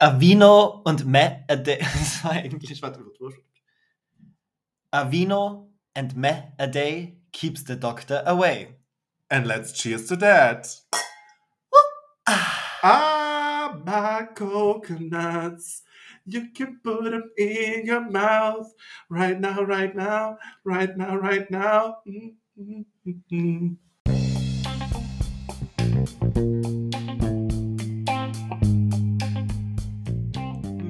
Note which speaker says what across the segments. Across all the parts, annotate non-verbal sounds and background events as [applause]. Speaker 1: Avino und Me. a Day. [laughs] Das war Englisch, warte, warte. Avino and Me a Day keeps the doctor away.
Speaker 2: And let's cheers to that. Ah, my coconuts. You can put them in your mouth right now, right now, right now, right now. Mm, mm, mm, mm.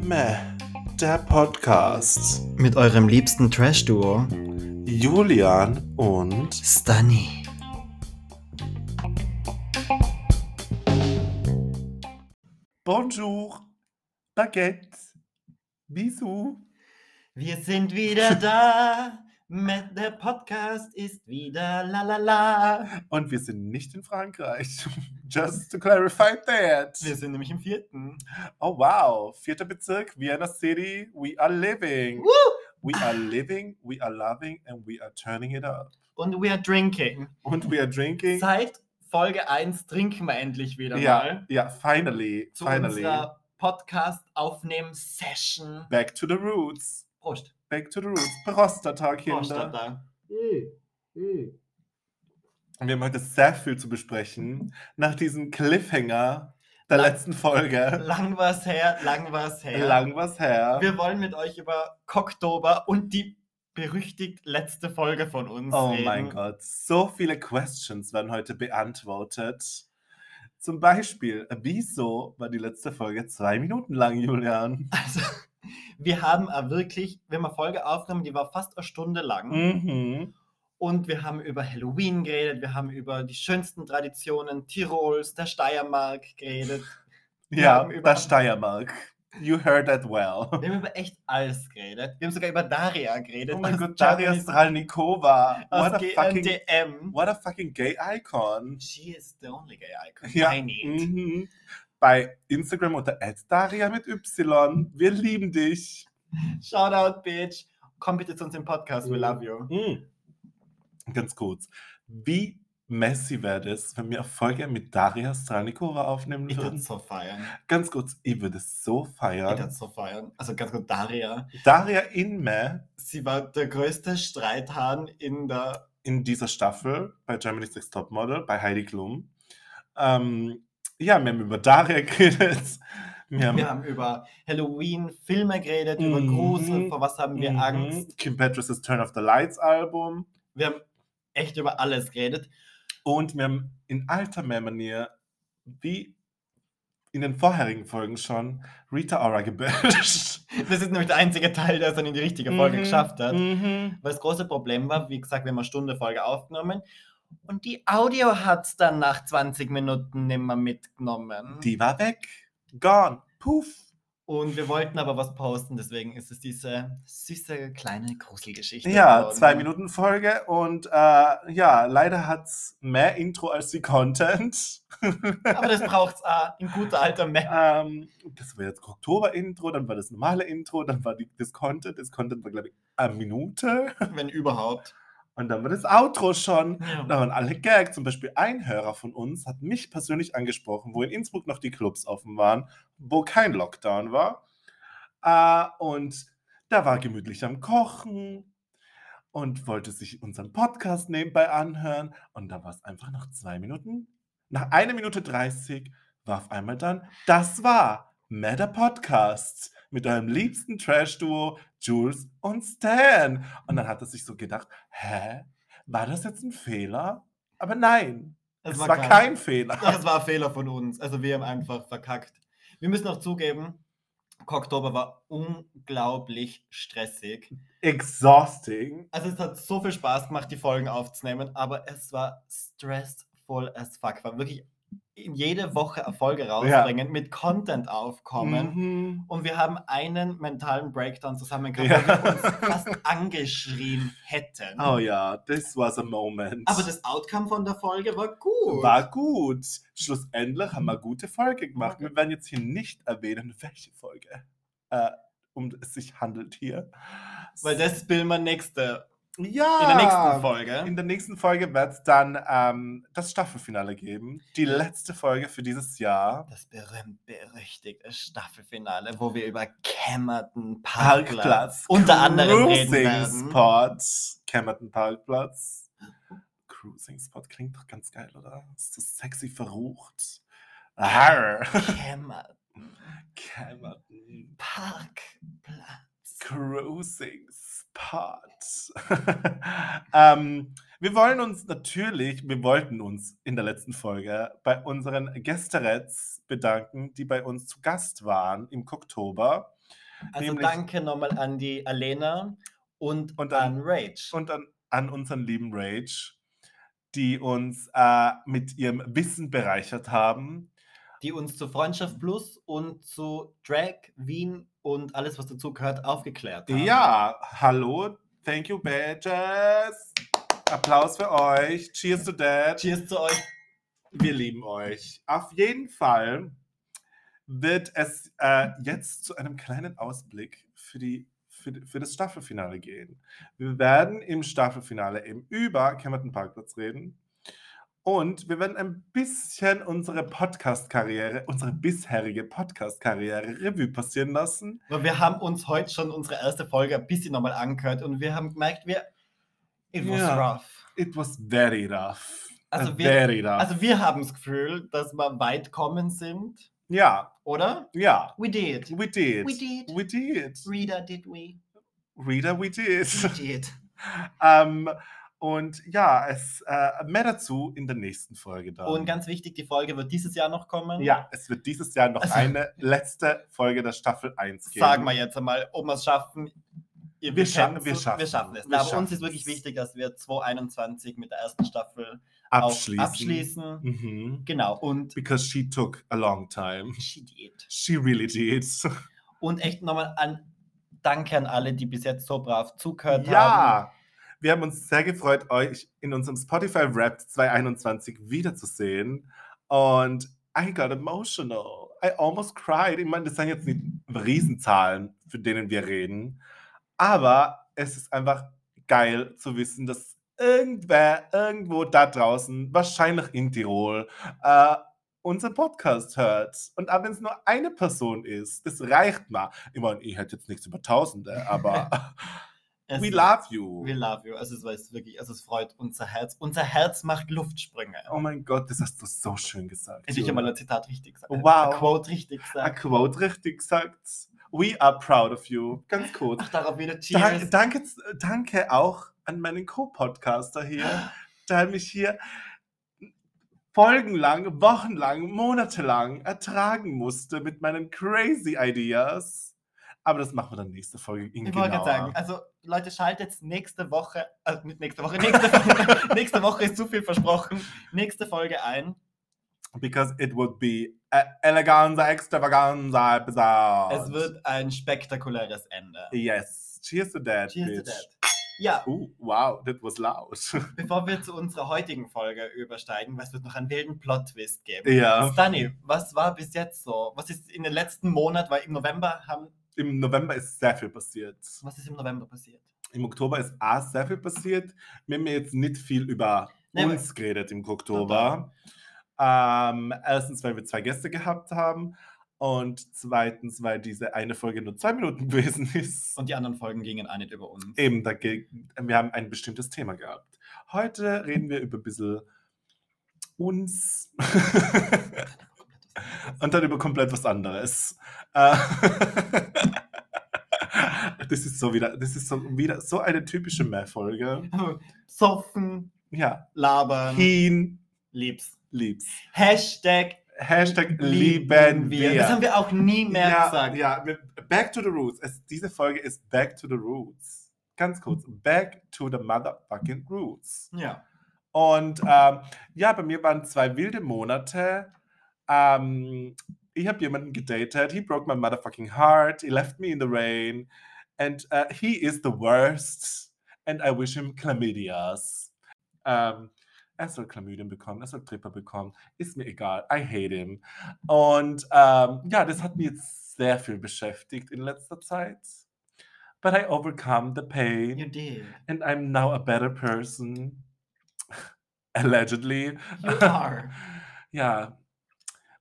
Speaker 2: Meh, der Podcast.
Speaker 1: Mit eurem liebsten Trash-Duo,
Speaker 2: Julian und
Speaker 1: Stunny.
Speaker 2: Bonjour, Baguette, Bisou.
Speaker 1: Wir sind [laughs] wieder da. Matt, der Podcast ist wieder la la la.
Speaker 2: Und wir sind nicht in Frankreich. [laughs] Just to clarify that.
Speaker 1: Wir sind nämlich im vierten.
Speaker 2: Oh wow, vierter Bezirk, Vienna City, we are living.
Speaker 1: Woo!
Speaker 2: We are living, we are loving and we are turning it up.
Speaker 1: Und we are drinking.
Speaker 2: Und we are drinking.
Speaker 1: Seit Folge 1 trinken wir endlich wieder
Speaker 2: Ja,
Speaker 1: mal.
Speaker 2: ja, finally,
Speaker 1: Zu
Speaker 2: finally.
Speaker 1: unserer Podcast-Aufnehmen-Session.
Speaker 2: Back to the roots.
Speaker 1: Prost.
Speaker 2: Back to the roots. Prostata, Kinder.
Speaker 1: Prost, da.
Speaker 2: Und wir haben heute sehr viel zu besprechen. Nach diesem Cliffhanger der
Speaker 1: Lang-
Speaker 2: letzten Folge.
Speaker 1: Lang war's her, lang war's her.
Speaker 2: Lang was her.
Speaker 1: Wir wollen mit euch über Cocktober und die berüchtigt letzte Folge von uns
Speaker 2: Oh
Speaker 1: reden.
Speaker 2: mein Gott, so viele Questions werden heute beantwortet. Zum Beispiel, wieso war die letzte Folge zwei Minuten lang, Julian?
Speaker 1: Also, wir haben auch wirklich, wenn wir Folge aufnehmen, die war fast eine Stunde lang.
Speaker 2: Mhm.
Speaker 1: Und wir haben über Halloween geredet, wir haben über die schönsten Traditionen Tirols, der Steiermark
Speaker 2: [laughs]
Speaker 1: geredet. Wir
Speaker 2: Ja,
Speaker 1: haben über-
Speaker 2: das Steiermark. You heard that well.
Speaker 1: Wir haben über echt alles geredet. Wir haben sogar über Daria geredet.
Speaker 2: Oh [laughs] mein
Speaker 1: als
Speaker 2: Gott, Daria
Speaker 1: Germany's-
Speaker 2: Stralnikova. What a,
Speaker 1: als
Speaker 2: fucking,
Speaker 1: GNDM.
Speaker 2: what a fucking gay icon.
Speaker 1: She is the only gay icon
Speaker 2: Ja,
Speaker 1: I need.
Speaker 2: Mhm. Bei Instagram unter Daria mit Y. Wir lieben dich.
Speaker 1: Shout out, bitch. Komm bitte zu uns im Podcast, we love you.
Speaker 2: Mm. Ganz kurz. Wie messy wäre das, wenn wir Erfolge mit Daria Stralnikova aufnehmen
Speaker 1: Ich würde
Speaker 2: würden?
Speaker 1: so feiern.
Speaker 2: Ganz kurz, ich würde es so
Speaker 1: Ich
Speaker 2: feiern.
Speaker 1: würde so feiern. Also ganz gut, Daria.
Speaker 2: Daria Inme
Speaker 1: Sie war der größte Streithahn in der.
Speaker 2: in dieser Staffel bei Germany's Next Topmodel, bei Heidi Klum. Ähm, ja, wir haben über Daria [laughs] geredet. Wir haben,
Speaker 1: Wir haben über Halloween-Filme geredet, über
Speaker 2: Mhm.
Speaker 1: Grusel, vor was haben wir
Speaker 2: Mhm.
Speaker 1: Angst.
Speaker 2: Kim Petras' Turn of the Lights Album.
Speaker 1: Wir haben echt über alles geredet.
Speaker 2: Und wir haben in alter Manier, wie in den vorherigen Folgen schon, Rita Ora [laughs] gebasht.
Speaker 1: Das ist nämlich der einzige Teil, der es dann in die richtige Folge
Speaker 2: Mhm,
Speaker 1: geschafft hat.
Speaker 2: mhm.
Speaker 1: Weil das große Problem war, wie gesagt, wir haben eine Stunde Folge aufgenommen und die Audio hat es dann nach 20 Minuten nicht mehr mitgenommen.
Speaker 2: Die war weg. Gone. Puff.
Speaker 1: Und wir wollten aber was posten, deswegen ist es diese süße kleine Gruselgeschichte.
Speaker 2: Ja,
Speaker 1: geworden.
Speaker 2: zwei Minuten Folge und äh, ja, leider hat es mehr Intro als die Content.
Speaker 1: Aber das braucht es auch in guter alter Männer.
Speaker 2: ähm, das war jetzt Oktober-Intro, dann war das normale Intro, dann war die, das Content. Das Content war, glaube ich, eine Minute.
Speaker 1: Wenn überhaupt.
Speaker 2: Und dann war das Outro schon. Da
Speaker 1: Ja.
Speaker 2: waren alle Gag. Zum Beispiel ein Hörer von uns hat mich persönlich angesprochen, wo in Innsbruck noch die Clubs offen waren, wo kein Lockdown war. Äh, und da war gemütlich am Kochen und wollte sich unseren Podcast nebenbei anhören. Und da war es einfach nach zwei Minuten, nach einer Minute 30 war auf einmal dann, das war Meta Podcast mit eurem liebsten Trash-Duo Jules und Stan. Und dann hat er sich so gedacht, hä? War das jetzt ein Fehler? Aber nein, es, war, kein Fehler.
Speaker 1: Das war ein Fehler von uns. Also wir haben einfach verkackt. Wir müssen auch zugeben, Oktober war unglaublich stressig.
Speaker 2: Exhausting.
Speaker 1: Also es hat so viel Spaß gemacht, die Folgen aufzunehmen, aber es war stressful as fuck. War wirklich in jede Woche Erfolge rausbringen, mit Content aufkommen.
Speaker 2: Mhm.
Speaker 1: Und wir haben einen mentalen Breakdown zusammen gehabt,
Speaker 2: Ja.
Speaker 1: weil wir uns fast angeschrien hätten.
Speaker 2: Oh ja, this was a moment.
Speaker 1: Aber das Outcome von der Folge war gut.
Speaker 2: war gut. Schlussendlich haben wir eine gute Folge gemacht. Wir werden jetzt hier nicht erwähnen, welche Folge äh, um es sich handelt hier.
Speaker 1: Weil das will man nächste
Speaker 2: Ja.
Speaker 1: In
Speaker 2: Ah.
Speaker 1: der nächsten ne? Folge.
Speaker 2: In der nächsten Folge wird es dann ähm, das Staffelfinale geben. Die letzte Folge für dieses Jahr.
Speaker 1: Das berühmt-berüchtigte Staffelfinale, wo wir über kämmerten Parkplatz unter anderem reden
Speaker 2: Cruising
Speaker 1: werden.
Speaker 2: Spot. Camerton Parkplatz. Cruising Spot klingt doch ganz geil, oder? Ist so sexy verrucht. Arr.
Speaker 1: Kämmerten
Speaker 2: Camerton
Speaker 1: Parkplatz.
Speaker 2: Cruising Spot. [laughs] ähm, wir wollen uns natürlich, wir wollten uns in der letzten Folge bei unseren Gästerets bedanken, die bei uns zu Gast waren im Oktober.
Speaker 1: Also
Speaker 2: Nämlich-
Speaker 1: danke nochmal an die Alena und,
Speaker 2: Und an-
Speaker 1: an, Rage.
Speaker 2: und an, an unseren lieben Rage, die uns äh, mit ihrem Wissen bereichert haben.
Speaker 1: die uns zu Freundschaft Plus und zu Drag, Wien und alles, was dazu gehört, aufgeklärt haben.
Speaker 2: Ja, hallo, thank you, Badges. Applaus für euch. Cheers to that.
Speaker 1: Cheers zu euch.
Speaker 2: Wir lieben euch. Auf jeden Fall wird es äh, jetzt zu einem kleinen Ausblick für, die, für, die- für das Staffelfinale gehen. Wir werden im Staffelfinale eben über Camerton Parkplatz reden. Und wir werden ein bisschen unsere Podcast-Karriere, unsere bisherige Podcast-Karriere Revue passieren lassen.
Speaker 1: Weil wir haben uns heute schon unsere erste Folge ein bisschen nochmal angehört und wir haben gemerkt, wir. It was
Speaker 2: Ja.
Speaker 1: rough.
Speaker 2: It was very rough.
Speaker 1: Also
Speaker 2: A
Speaker 1: wir-
Speaker 2: very rough.
Speaker 1: Also wir haben das Gefühl, dass wir weit kommen sind,
Speaker 2: ja,
Speaker 1: oder?
Speaker 2: ja.
Speaker 1: We did.
Speaker 2: We did.
Speaker 1: We did.
Speaker 2: We did.
Speaker 1: Reader, did we?
Speaker 2: Reader, we did. [laughs]
Speaker 1: We did.
Speaker 2: Ähm, und ja, es äh, mehr dazu in der nächsten Folge dann.
Speaker 1: Und ganz wichtig, die Folge wird dieses Jahr noch kommen.
Speaker 2: ja, es wird dieses Jahr noch
Speaker 1: Also-
Speaker 2: eine letzte Folge der Staffel 1 geben.
Speaker 1: Sagen wir jetzt einmal, ob wir es schaffen. Ihr-
Speaker 2: Wir scha-
Speaker 1: kennen's,
Speaker 2: wir schaffen
Speaker 1: wir schaffen
Speaker 2: es.
Speaker 1: es.
Speaker 2: Wir
Speaker 1: Aber uns
Speaker 2: schaffen's.
Speaker 1: ist wirklich wichtig, dass wir 2021 mit der ersten Staffel auch
Speaker 2: abschließen.
Speaker 1: abschließen.
Speaker 2: Mhm.
Speaker 1: Genau. Und
Speaker 2: Because she took a long time.
Speaker 1: she did.
Speaker 2: She really did.
Speaker 1: Und echt nochmal an Danke an alle, die bis jetzt so brav zugehört haben.
Speaker 2: ja. Wir haben uns sehr gefreut, euch in unserem Spotify Wrapped 2021 wiederzusehen. Und I got emotional. I almost cried. Ich meine, das sind jetzt nicht Riesenzahlen, für denen wir reden. Aber es ist einfach geil zu wissen, dass irgendwer irgendwo da draußen, wahrscheinlich in Tirol, äh, unseren Podcast hört. Und auch wenn es nur eine Person ist, das reicht mal. Ich meine, ich hätte jetzt nichts über Tausende, aber [laughs]
Speaker 1: Es-
Speaker 2: we love you.
Speaker 1: We love you. Also es war jetzt wirklich, also es freut unser Herz. Unser Herz macht Luftsprünge.
Speaker 2: Oh mein Gott, das hast du so schön gesagt.
Speaker 1: Hätte ich
Speaker 2: Jule.
Speaker 1: einmal ein Zitat richtig gesagt.
Speaker 2: Wow.
Speaker 1: Ein Quote richtig
Speaker 2: Ein
Speaker 1: gesagt.
Speaker 2: Quote richtig gesagt. We are proud of you. Ganz kurz. [laughs]
Speaker 1: Ach, darauf wieder
Speaker 2: Danke,
Speaker 1: Cheers.
Speaker 2: danke, danke auch an meinen Co-Podcaster hier,
Speaker 1: [gasps]
Speaker 2: der mich hier folgenlang, wochenlang, monatelang ertragen musste mit meinen crazy Ideas. Aber das machen wir dann nächste Folge. in
Speaker 1: Ich wollte gerade sagen,
Speaker 2: genauer.
Speaker 1: also Leute, schaltet nächste Woche, also nicht nächste Woche, nächste
Speaker 2: [laughs]
Speaker 1: Folge, nächste Woche ist zu viel versprochen, nächste Folge ein.
Speaker 2: Because it would be a eleganza, extravaganza episode.
Speaker 1: Es wird ein spektakuläres Ende.
Speaker 2: Yes. Cheers to that,
Speaker 1: Cheers to
Speaker 2: bitch.
Speaker 1: that. Ja,
Speaker 2: Oh, wow, that was loud. [laughs]
Speaker 1: bevor wir zu unserer heutigen Folge übersteigen, was wird noch einen wilden Plot-Twist geben?
Speaker 2: ja.
Speaker 1: Stani, was war bis jetzt so? Was ist in den letzten Monat, weil im November haben,
Speaker 2: Im November ist sehr viel passiert.
Speaker 1: was ist im November passiert?
Speaker 2: Im Oktober ist auch sehr viel passiert. Wir haben ja jetzt nicht viel über
Speaker 1: Nee, aber-
Speaker 2: uns geredet im Oktober. Ähm, erstens, weil wir zwei Gäste gehabt haben. Und zweitens, weil diese eine Folge nur zwei Minuten [laughs] gewesen ist.
Speaker 1: Und die anderen Folgen gingen auch nicht über uns.
Speaker 2: Eben, dagegen, wir haben ein bestimmtes Thema gehabt. Heute reden wir über ein bisschen uns [laughs] und dann über komplett was anderes. Äh, [laughs] Das ist so wieder, das ist so wieder so eine typische Mehr-Folge.
Speaker 1: [laughs] Zoffen,
Speaker 2: Ja,
Speaker 1: labern,
Speaker 2: hin
Speaker 1: lieb's.
Speaker 2: liebs.
Speaker 1: Hashtag
Speaker 2: Hashtag lieben wir.
Speaker 1: Das haben wir auch nie mehr
Speaker 2: ja,
Speaker 1: gesagt.
Speaker 2: Ja, wir- back to the roots. Es, diese Folge ist back to the roots. Ganz kurz, back to the motherfucking roots.
Speaker 1: Ja.
Speaker 2: Und ähm, ja, bei mir waren zwei wilde Monate. Ähm, ich habe jemanden gedatet. He broke my motherfucking heart. He left me in the rain. And uh, he is the worst. And I wish him chlamydias. Ähm, er soll Chlamydien bekommen, er soll Tripper bekommen. Ist mir egal. I hate him. Und ähm, ja, das hat mich jetzt sehr viel beschäftigt in letzter Zeit. but I overcome the pain.
Speaker 1: You did.
Speaker 2: and I'm now a better person. [laughs] Allegedly.
Speaker 1: [laughs] You are.
Speaker 2: ja.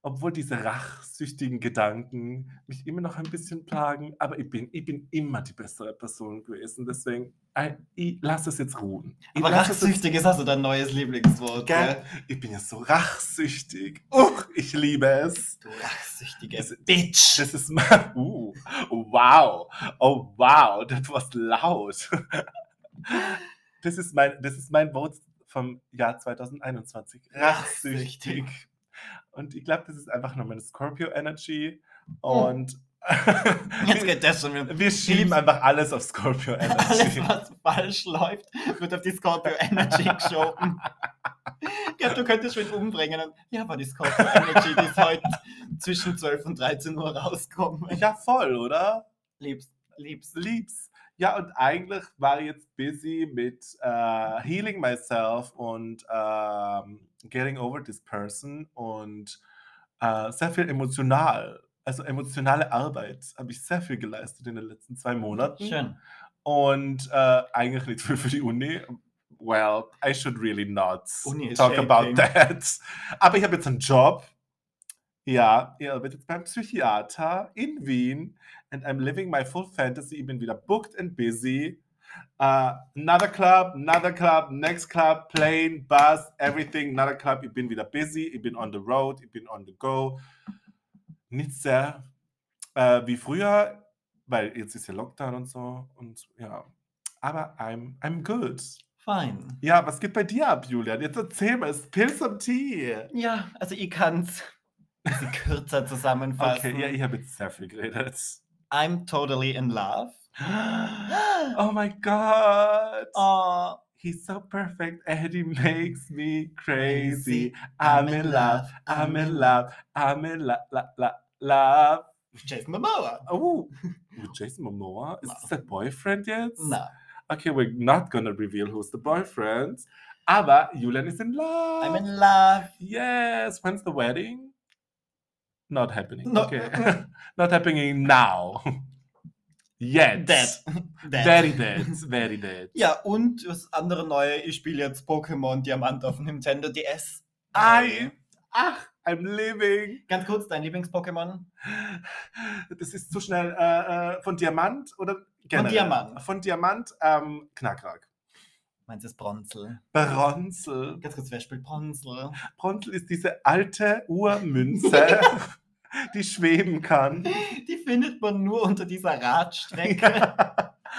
Speaker 2: Obwohl diese rachsüchtigen Gedanken mich immer noch ein bisschen plagen, aber ich bin, ich bin immer die bessere Person gewesen. Deswegen, ich, ich lasse es jetzt ruhen. Ich
Speaker 1: Aber
Speaker 2: lass es jetzt-
Speaker 1: rachsüchtig ist also dein neues Lieblingswort.
Speaker 2: Gell?
Speaker 1: Gell?
Speaker 2: Ich bin ja so rachsüchtig. Uch, ich liebe es.
Speaker 1: Du rachsüchtige
Speaker 2: Das-
Speaker 1: Bitch.
Speaker 2: Das ist mein. Uh, wow. Oh, wow. Das war laut. [laughs] Das ist mein, das ist mein Wort vom Jahr 2021. Rachsüchtig. Und ich glaube, das ist einfach nur meine Scorpio Energy. Und
Speaker 1: Hm. Jetzt
Speaker 2: [laughs] wir,
Speaker 1: geht das schon wieder.
Speaker 2: wir schieben einfach alles auf
Speaker 1: [laughs]
Speaker 2: Scorpio
Speaker 1: Alles,
Speaker 2: Energy.
Speaker 1: was falsch läuft, wird auf die Scorpio
Speaker 2: [laughs]
Speaker 1: Energy geschoben. Ja, du könntest schon umbringen. Und, ja, aber die Scorpio Energy, die ist heute zwischen 12 und 13 Uhr rauskommen.
Speaker 2: Ja, voll, oder?
Speaker 1: Liebst, liebst.
Speaker 2: lieb's. Ja, und eigentlich war ich jetzt busy mit äh, healing myself und ähm, getting over this person und äh, sehr viel emotional. Also emotionale Arbeit habe ich sehr viel geleistet in den letzten zwei Monaten.
Speaker 1: Schön.
Speaker 2: Und äh, eigentlich nicht viel für die Uni. Well, I should really not
Speaker 1: Uni ist
Speaker 2: talk
Speaker 1: shaping.
Speaker 2: about that. Aber ich habe jetzt einen Job. Ja, ich arbeite jetzt beim Psychiater in Wien. And I'm living my full fantasy. Ich bin wieder booked and busy. Uh, another club, another club, next club, plane, bus, everything, another club. Ich bin wieder busy. Ich bin on the road. Ich bin on the go. Nicht sehr äh, wie früher, weil jetzt ist ja Lockdown und so. Und ja. Aber I'm, I'm good.
Speaker 1: Fein.
Speaker 2: Ja, was geht bei dir ab, Julian? Jetzt erzähl mal, es Pilz am Tee.
Speaker 1: Ja, also ich kann's ein bisschen kürzer zusammenfassen.
Speaker 2: Okay, ja, ich habe jetzt sehr viel geredet. [gasps]
Speaker 1: I'm totally in love.
Speaker 2: Oh my god.
Speaker 1: Oh,
Speaker 2: He's so perfect and he makes me crazy. I'm in love. Mm-hmm. I'm in love. I'm in love. La, la, love.
Speaker 1: Jason Momoa.
Speaker 2: [laughs] Oh. With Jason Momoa? Is this der Boyfriend jetzt?
Speaker 1: Na,
Speaker 2: Okay, we're not gonna reveal who's the boyfriend. Aber Julian is in love.
Speaker 1: I'm in love.
Speaker 2: Yes. When's the wedding? Not happening.
Speaker 1: No.
Speaker 2: Okay. [laughs] Not happening now. Yet.
Speaker 1: Dead. [laughs] Dead.
Speaker 2: Very dead.
Speaker 1: [laughs]
Speaker 2: Very dead.
Speaker 1: Ja, und das andere Neue, ich spiele jetzt Pokémon Diamant auf dem Nintendo DS.
Speaker 2: I. Ach, I'm living.
Speaker 1: Ganz kurz, dein Lieblings-Pokémon?
Speaker 2: Das ist zu schnell. Äh, äh, von Diamant oder generell?
Speaker 1: Diamant.
Speaker 2: Von Diamant, ähm, Knackrack.
Speaker 1: Meins ist Bronzel.
Speaker 2: Bronzel.
Speaker 1: Ganz kurz, wer spielt Bronzel?
Speaker 2: Bronzel ist diese alte
Speaker 1: [laughs]
Speaker 2: Urmünze, die schweben kann.
Speaker 1: Die findet man nur unter dieser Radstrecke.
Speaker 2: [laughs]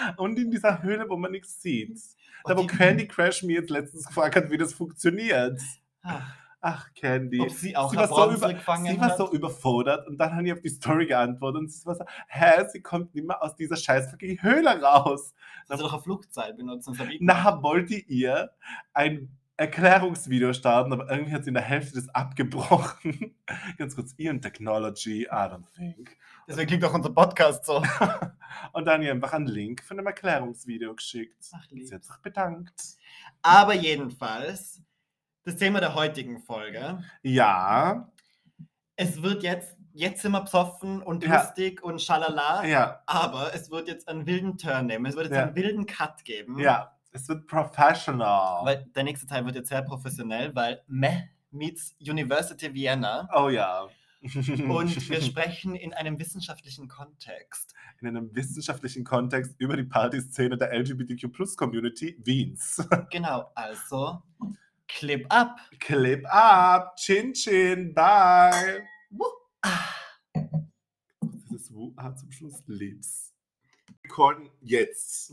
Speaker 2: Ja. [laughs] Und in dieser Höhle, wo man nichts sieht. Da,
Speaker 1: Und
Speaker 2: wo
Speaker 1: die-
Speaker 2: Candy Crash mir jetzt letztens gefragt hat, wie das funktioniert.
Speaker 1: Ach,
Speaker 2: Ach, Candy.
Speaker 1: ob sie auch
Speaker 2: Sie
Speaker 1: sie
Speaker 2: war so
Speaker 1: Bronzel
Speaker 2: über-
Speaker 1: gefangen
Speaker 2: Sie war
Speaker 1: hat?
Speaker 2: so überfordert und dann habe ich auf die Story geantwortet und sie war so, hä, sie kommt nicht mehr aus dieser scheißfucking Höhle raus.
Speaker 1: Sie soll doch eine Flugzeil benutzen. Das hab ich
Speaker 2: Nachher wollte ihr ein Erklärungsvideo starten, aber irgendwie hat sie in der Hälfte das abgebrochen. [laughs] Ganz kurz, ihr und Technology, I don't think.
Speaker 1: Deswegen klingt auch unser Podcast so.
Speaker 2: Und dann ihr einfach einen Link von einem Erklärungsvideo geschickt.
Speaker 1: Ach, lieb.
Speaker 2: sie hat sich bedankt.
Speaker 1: Aber jedenfalls, das Thema der heutigen Folge.
Speaker 2: Ja,
Speaker 1: Es wird jetzt, jetzt sind wir psoffen und
Speaker 2: Ja.
Speaker 1: lustig und schalala,
Speaker 2: ja,
Speaker 1: aber es wird jetzt einen wilden Turn nehmen. Es wird jetzt
Speaker 2: Ja.
Speaker 1: einen wilden Cut geben.
Speaker 2: ja. Es wird professional.
Speaker 1: Mhm. Weil der nächste Teil wird jetzt sehr professionell, weil Meh meets University Vienna.
Speaker 2: oh ja. Mhm.
Speaker 1: Und wir sprechen in einem wissenschaftlichen Kontext.
Speaker 2: [laughs] in einem wissenschaftlichen Kontext über die Partyszene der LGBTQ-Plus-Community Wiens. [laughs]
Speaker 1: Genau, also Clip up. [laughs]
Speaker 2: Clip ab, Chin Chin, bye. Das ist Wu ah, zum Schluss Lips. Recorden jetzt.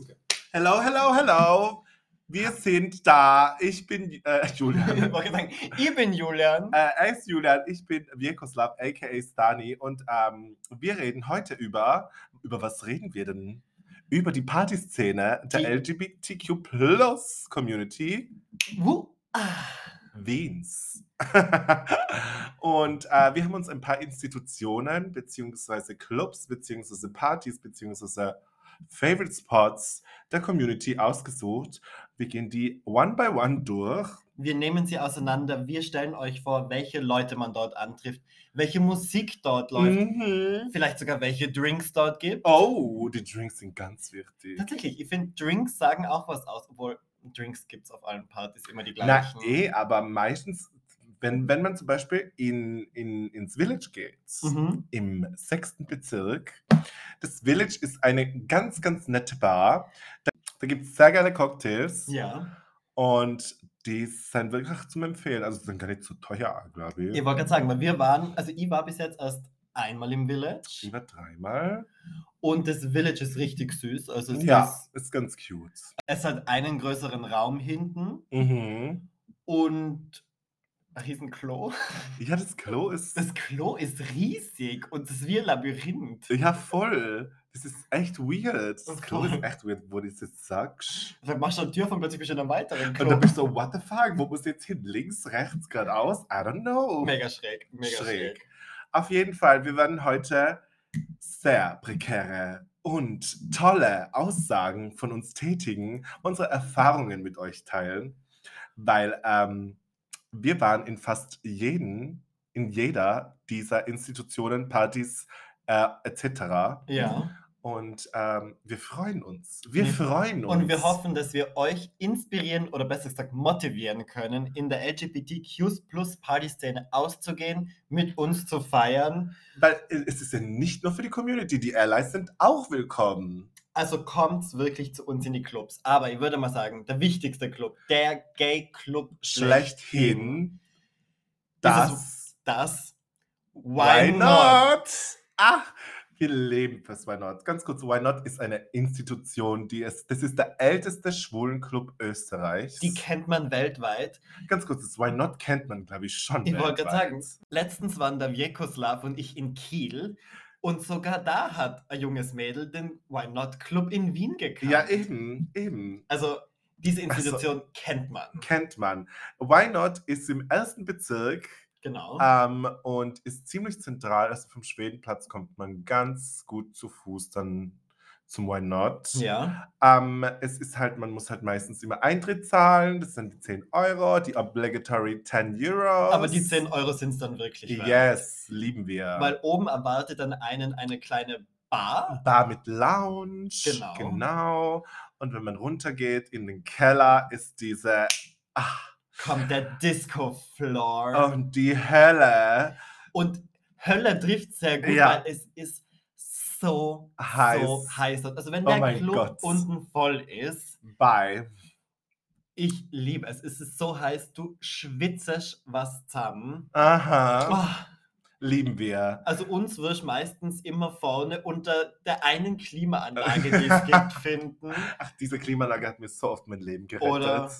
Speaker 2: Hello, hello, hello. Wir sind da. Ich bin äh, [laughs]
Speaker 1: Ich
Speaker 2: Julian.
Speaker 1: wollte sagen, ich bin Julian.
Speaker 2: Äh, ich Julian, ich bin Vjekoslav, a.k.a. Stani und ähm, wir reden heute über, über was reden wir denn? Über die Partyszene
Speaker 1: Die-
Speaker 2: der LGBTQ-Plus-Community
Speaker 1: Wuh, ah.
Speaker 2: Wiens. [laughs] und äh, wir haben uns ein paar Institutionen, beziehungsweise Clubs, beziehungsweise Partys, beziehungsweise Favorite Spots der Community ausgesucht. Wir gehen die one by one durch
Speaker 1: Wir nehmen sie auseinander. Wir stellen euch vor, welche Leute man dort antrifft, welche Musik dort läuft,
Speaker 2: Mhm.
Speaker 1: vielleicht sogar welche Drinks dort gibt.
Speaker 2: Oh, die Drinks sind ganz wichtig.
Speaker 1: Tatsächlich, ich finde, Drinks sagen auch was aus, obwohl Drinks gibt es auf allen Partys immer die
Speaker 2: Na
Speaker 1: gleichen.
Speaker 2: eh, aber meistens, wenn, wenn man zum Beispiel in, in, ins Village geht,
Speaker 1: Mhm.
Speaker 2: im sechsten Bezirk, das Village ist eine ganz, ganz nette Bar. Da, da gibt es sehr geile Cocktails
Speaker 1: Ja.
Speaker 2: und die sind wirklich zum Empfehlen. Also sind gar nicht so teuer, glaube ich.
Speaker 1: Ich wollte gerade sagen, weil wir waren, also ich war bis jetzt erst einmal im Village
Speaker 2: Lieber dreimal.
Speaker 1: und das Village ist richtig süß. Also es,
Speaker 2: ja,
Speaker 1: ist,
Speaker 2: ist, ganz cute.
Speaker 1: es hat einen größeren Raum hinten
Speaker 2: Mhm.
Speaker 1: und ein riesen Klo.
Speaker 2: Ja, das Klo ist.
Speaker 1: [laughs] Das Klo ist riesig und es ist wie ein Labyrinth.
Speaker 2: ja, voll. Das ist echt weird. Das
Speaker 1: Und
Speaker 2: Klo ist
Speaker 1: voll.
Speaker 2: echt weird, wo du das jetzt sagst.
Speaker 1: Dann machst du eine Tür von plötzlich bist du in einem weiteren
Speaker 2: Und dann
Speaker 1: Klo.
Speaker 2: bist du so, what the fuck, wo muss ich jetzt hin? Links, rechts, geradeaus? I don't know.
Speaker 1: Mega schräg, mega schräg.
Speaker 2: Schräg. Auf jeden Fall, wir werden heute sehr prekäre und tolle Aussagen von uns tätigen, unsere Erfahrungen mit euch teilen, weil ähm, wir waren in fast jeden, in jeder dieser Institutionen, Partys äh, etc.
Speaker 1: Ja.
Speaker 2: Und ähm, wir freuen uns. Wir
Speaker 1: Wir-
Speaker 2: freuen uns.
Speaker 1: Und wir hoffen, dass wir euch inspirieren oder besser gesagt motivieren können, in der LGBTQ Partyszene auszugehen, mit uns zu feiern.
Speaker 2: Weil es ist ja nicht nur für die Community, die Allies sind auch willkommen.
Speaker 1: Also kommt wirklich zu uns in die Clubs. Aber ich würde mal sagen, der wichtigste Club, der Gay Club schlechthin,
Speaker 2: Schlechthin. Das.
Speaker 1: das
Speaker 2: Why
Speaker 1: Why Not?
Speaker 2: not? Ach, wir leben fürs Why Not. Ganz kurz, Why Not ist eine Institution, die ist, das ist der älteste Schwulenclub Österreichs.
Speaker 1: Die kennt man weltweit.
Speaker 2: Ganz kurz, das Why Not kennt man, glaube ich, schon.
Speaker 1: Ich wollte gerade
Speaker 2: weltweit.
Speaker 1: sagen, letztens waren der Vjekoslav und ich in Kiel und sogar da hat ein junges Mädel den Why Not Club in Wien gekannt.
Speaker 2: Ja, eben, eben.
Speaker 1: Also diese
Speaker 2: Ach so.
Speaker 1: Institution kennt man.
Speaker 2: Kennt man. Why Not ist im ersten Bezirk
Speaker 1: Genau.
Speaker 2: Ähm, und ist ziemlich zentral. Also vom Schwedenplatz kommt man ganz gut zu Fuß dann zum Why Not.
Speaker 1: Ja.
Speaker 2: Ähm, es ist halt, man muss halt meistens immer Eintritt zahlen. Das sind die 10 Euro, die obligatory 10 Euro.
Speaker 1: Aber die 10 Euro sind es dann wirklich. wert.
Speaker 2: Yes, lieben wir.
Speaker 1: Weil oben erwartet dann einen eine kleine Bar.
Speaker 2: Bar mit Lounge.
Speaker 1: Genau.
Speaker 2: Genau. Und wenn man runtergeht in den Keller, ist diese. Ach,
Speaker 1: Kommt der Disco Floor.
Speaker 2: und oh, die Hölle.
Speaker 1: Und Hölle trifft sehr gut,
Speaker 2: Ja.
Speaker 1: weil es ist so
Speaker 2: Heiß.
Speaker 1: so heiß. dort. Also wenn
Speaker 2: Oh
Speaker 1: der
Speaker 2: mein
Speaker 1: Club
Speaker 2: Gott.
Speaker 1: unten voll ist,
Speaker 2: Bye.
Speaker 1: ich liebe es. Es ist so heiß, du schwitzest was zusammen.
Speaker 2: Aha.
Speaker 1: Oh.
Speaker 2: Lieben wir.
Speaker 1: Also uns wirst meistens immer vorne unter der einen Klimaanlage,
Speaker 2: [laughs]
Speaker 1: die es gibt, finden.
Speaker 2: Ach, diese Klimaanlage hat mir so oft mein Leben gerettet.
Speaker 1: Oder-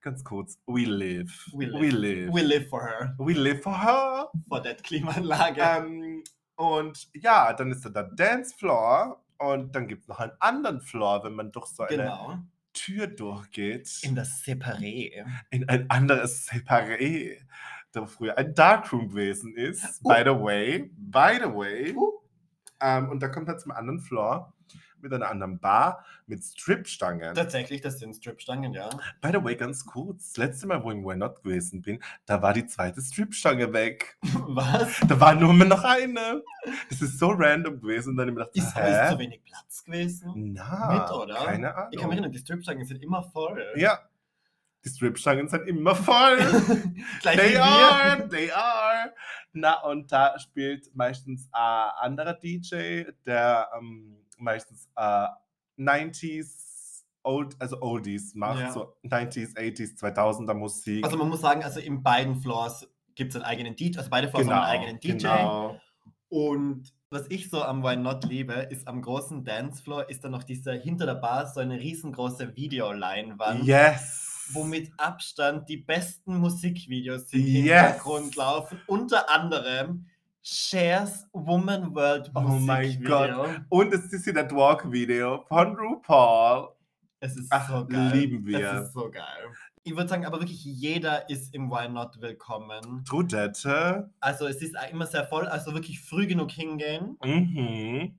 Speaker 2: Ganz kurz. We live.
Speaker 1: We
Speaker 2: We
Speaker 1: live.
Speaker 2: live.
Speaker 1: We live for her,
Speaker 2: We live for her.
Speaker 1: for that Klimaanlage.
Speaker 2: Ähm, und ja, dann ist da der Dancefloor. Und dann gibt es noch einen anderen Floor, wenn man durch so eine
Speaker 1: genau.
Speaker 2: Tür durchgeht.
Speaker 1: In das Separé.
Speaker 2: in ein anderes Separé, da früher ein Darkroom gewesen ist.
Speaker 1: Oh.
Speaker 2: By the way, by the way.
Speaker 1: Oh.
Speaker 2: Ähm, und da kommt er zum anderen Floor mit einer anderen Bar mit Stripstangen.
Speaker 1: Tatsächlich, das sind Stripstangen, ja. [laughs]
Speaker 2: By the way, ganz kurz, das letzte Mal, wo ich in Why Not gewesen bin, da war die zweite Stripstange weg.
Speaker 1: Was?
Speaker 2: Da war nur noch eine. Das ist so random gewesen. Und dann hab ich mir
Speaker 1: Ist, ist
Speaker 2: gedacht,
Speaker 1: zu
Speaker 2: hä?
Speaker 1: wenig Platz gewesen?
Speaker 2: Na,
Speaker 1: mit, oder?
Speaker 2: keine Ahnung.
Speaker 1: Ich kann mich erinnern, die Stripstangen sind immer voll.
Speaker 2: Ja, die Stripstangen sind immer voll.
Speaker 1: [laughs] Gleich
Speaker 2: They
Speaker 1: wie
Speaker 2: are,
Speaker 1: wir.
Speaker 2: they are. Na, und da spielt meistens ein anderer DJ, der ähm, meistens äh, 90s, old, also Oldies macht,
Speaker 1: Ja.
Speaker 2: so 90s, 80s, 2000er Musik.
Speaker 1: Also man muss sagen, also in beiden Floors gibt es einen eigenen DJ, also beide Floors haben einen eigenen DJ.
Speaker 2: Genau.
Speaker 1: Und was ich so am Why Not liebe, ist am großen Dancefloor ist dann noch dieser hinter der Bar so eine riesengroße Videoleinwand,
Speaker 2: Yes.
Speaker 1: wo mit Abstand die besten Musikvideos im
Speaker 2: Yes.
Speaker 1: Hintergrund laufen. Unter anderem Shares Woman World
Speaker 2: Oh
Speaker 1: Musikvideo.
Speaker 2: mein und es ist hier das Walk-Video von RuPaul.
Speaker 1: Es ist
Speaker 2: Ach,
Speaker 1: so geil.
Speaker 2: lieben wir.
Speaker 1: Es ist so geil. Ich würde sagen, aber wirklich jeder ist im Why Not willkommen.
Speaker 2: Trudette.
Speaker 1: Also es ist auch immer sehr voll, also wirklich früh genug hingehen.
Speaker 2: Mhm.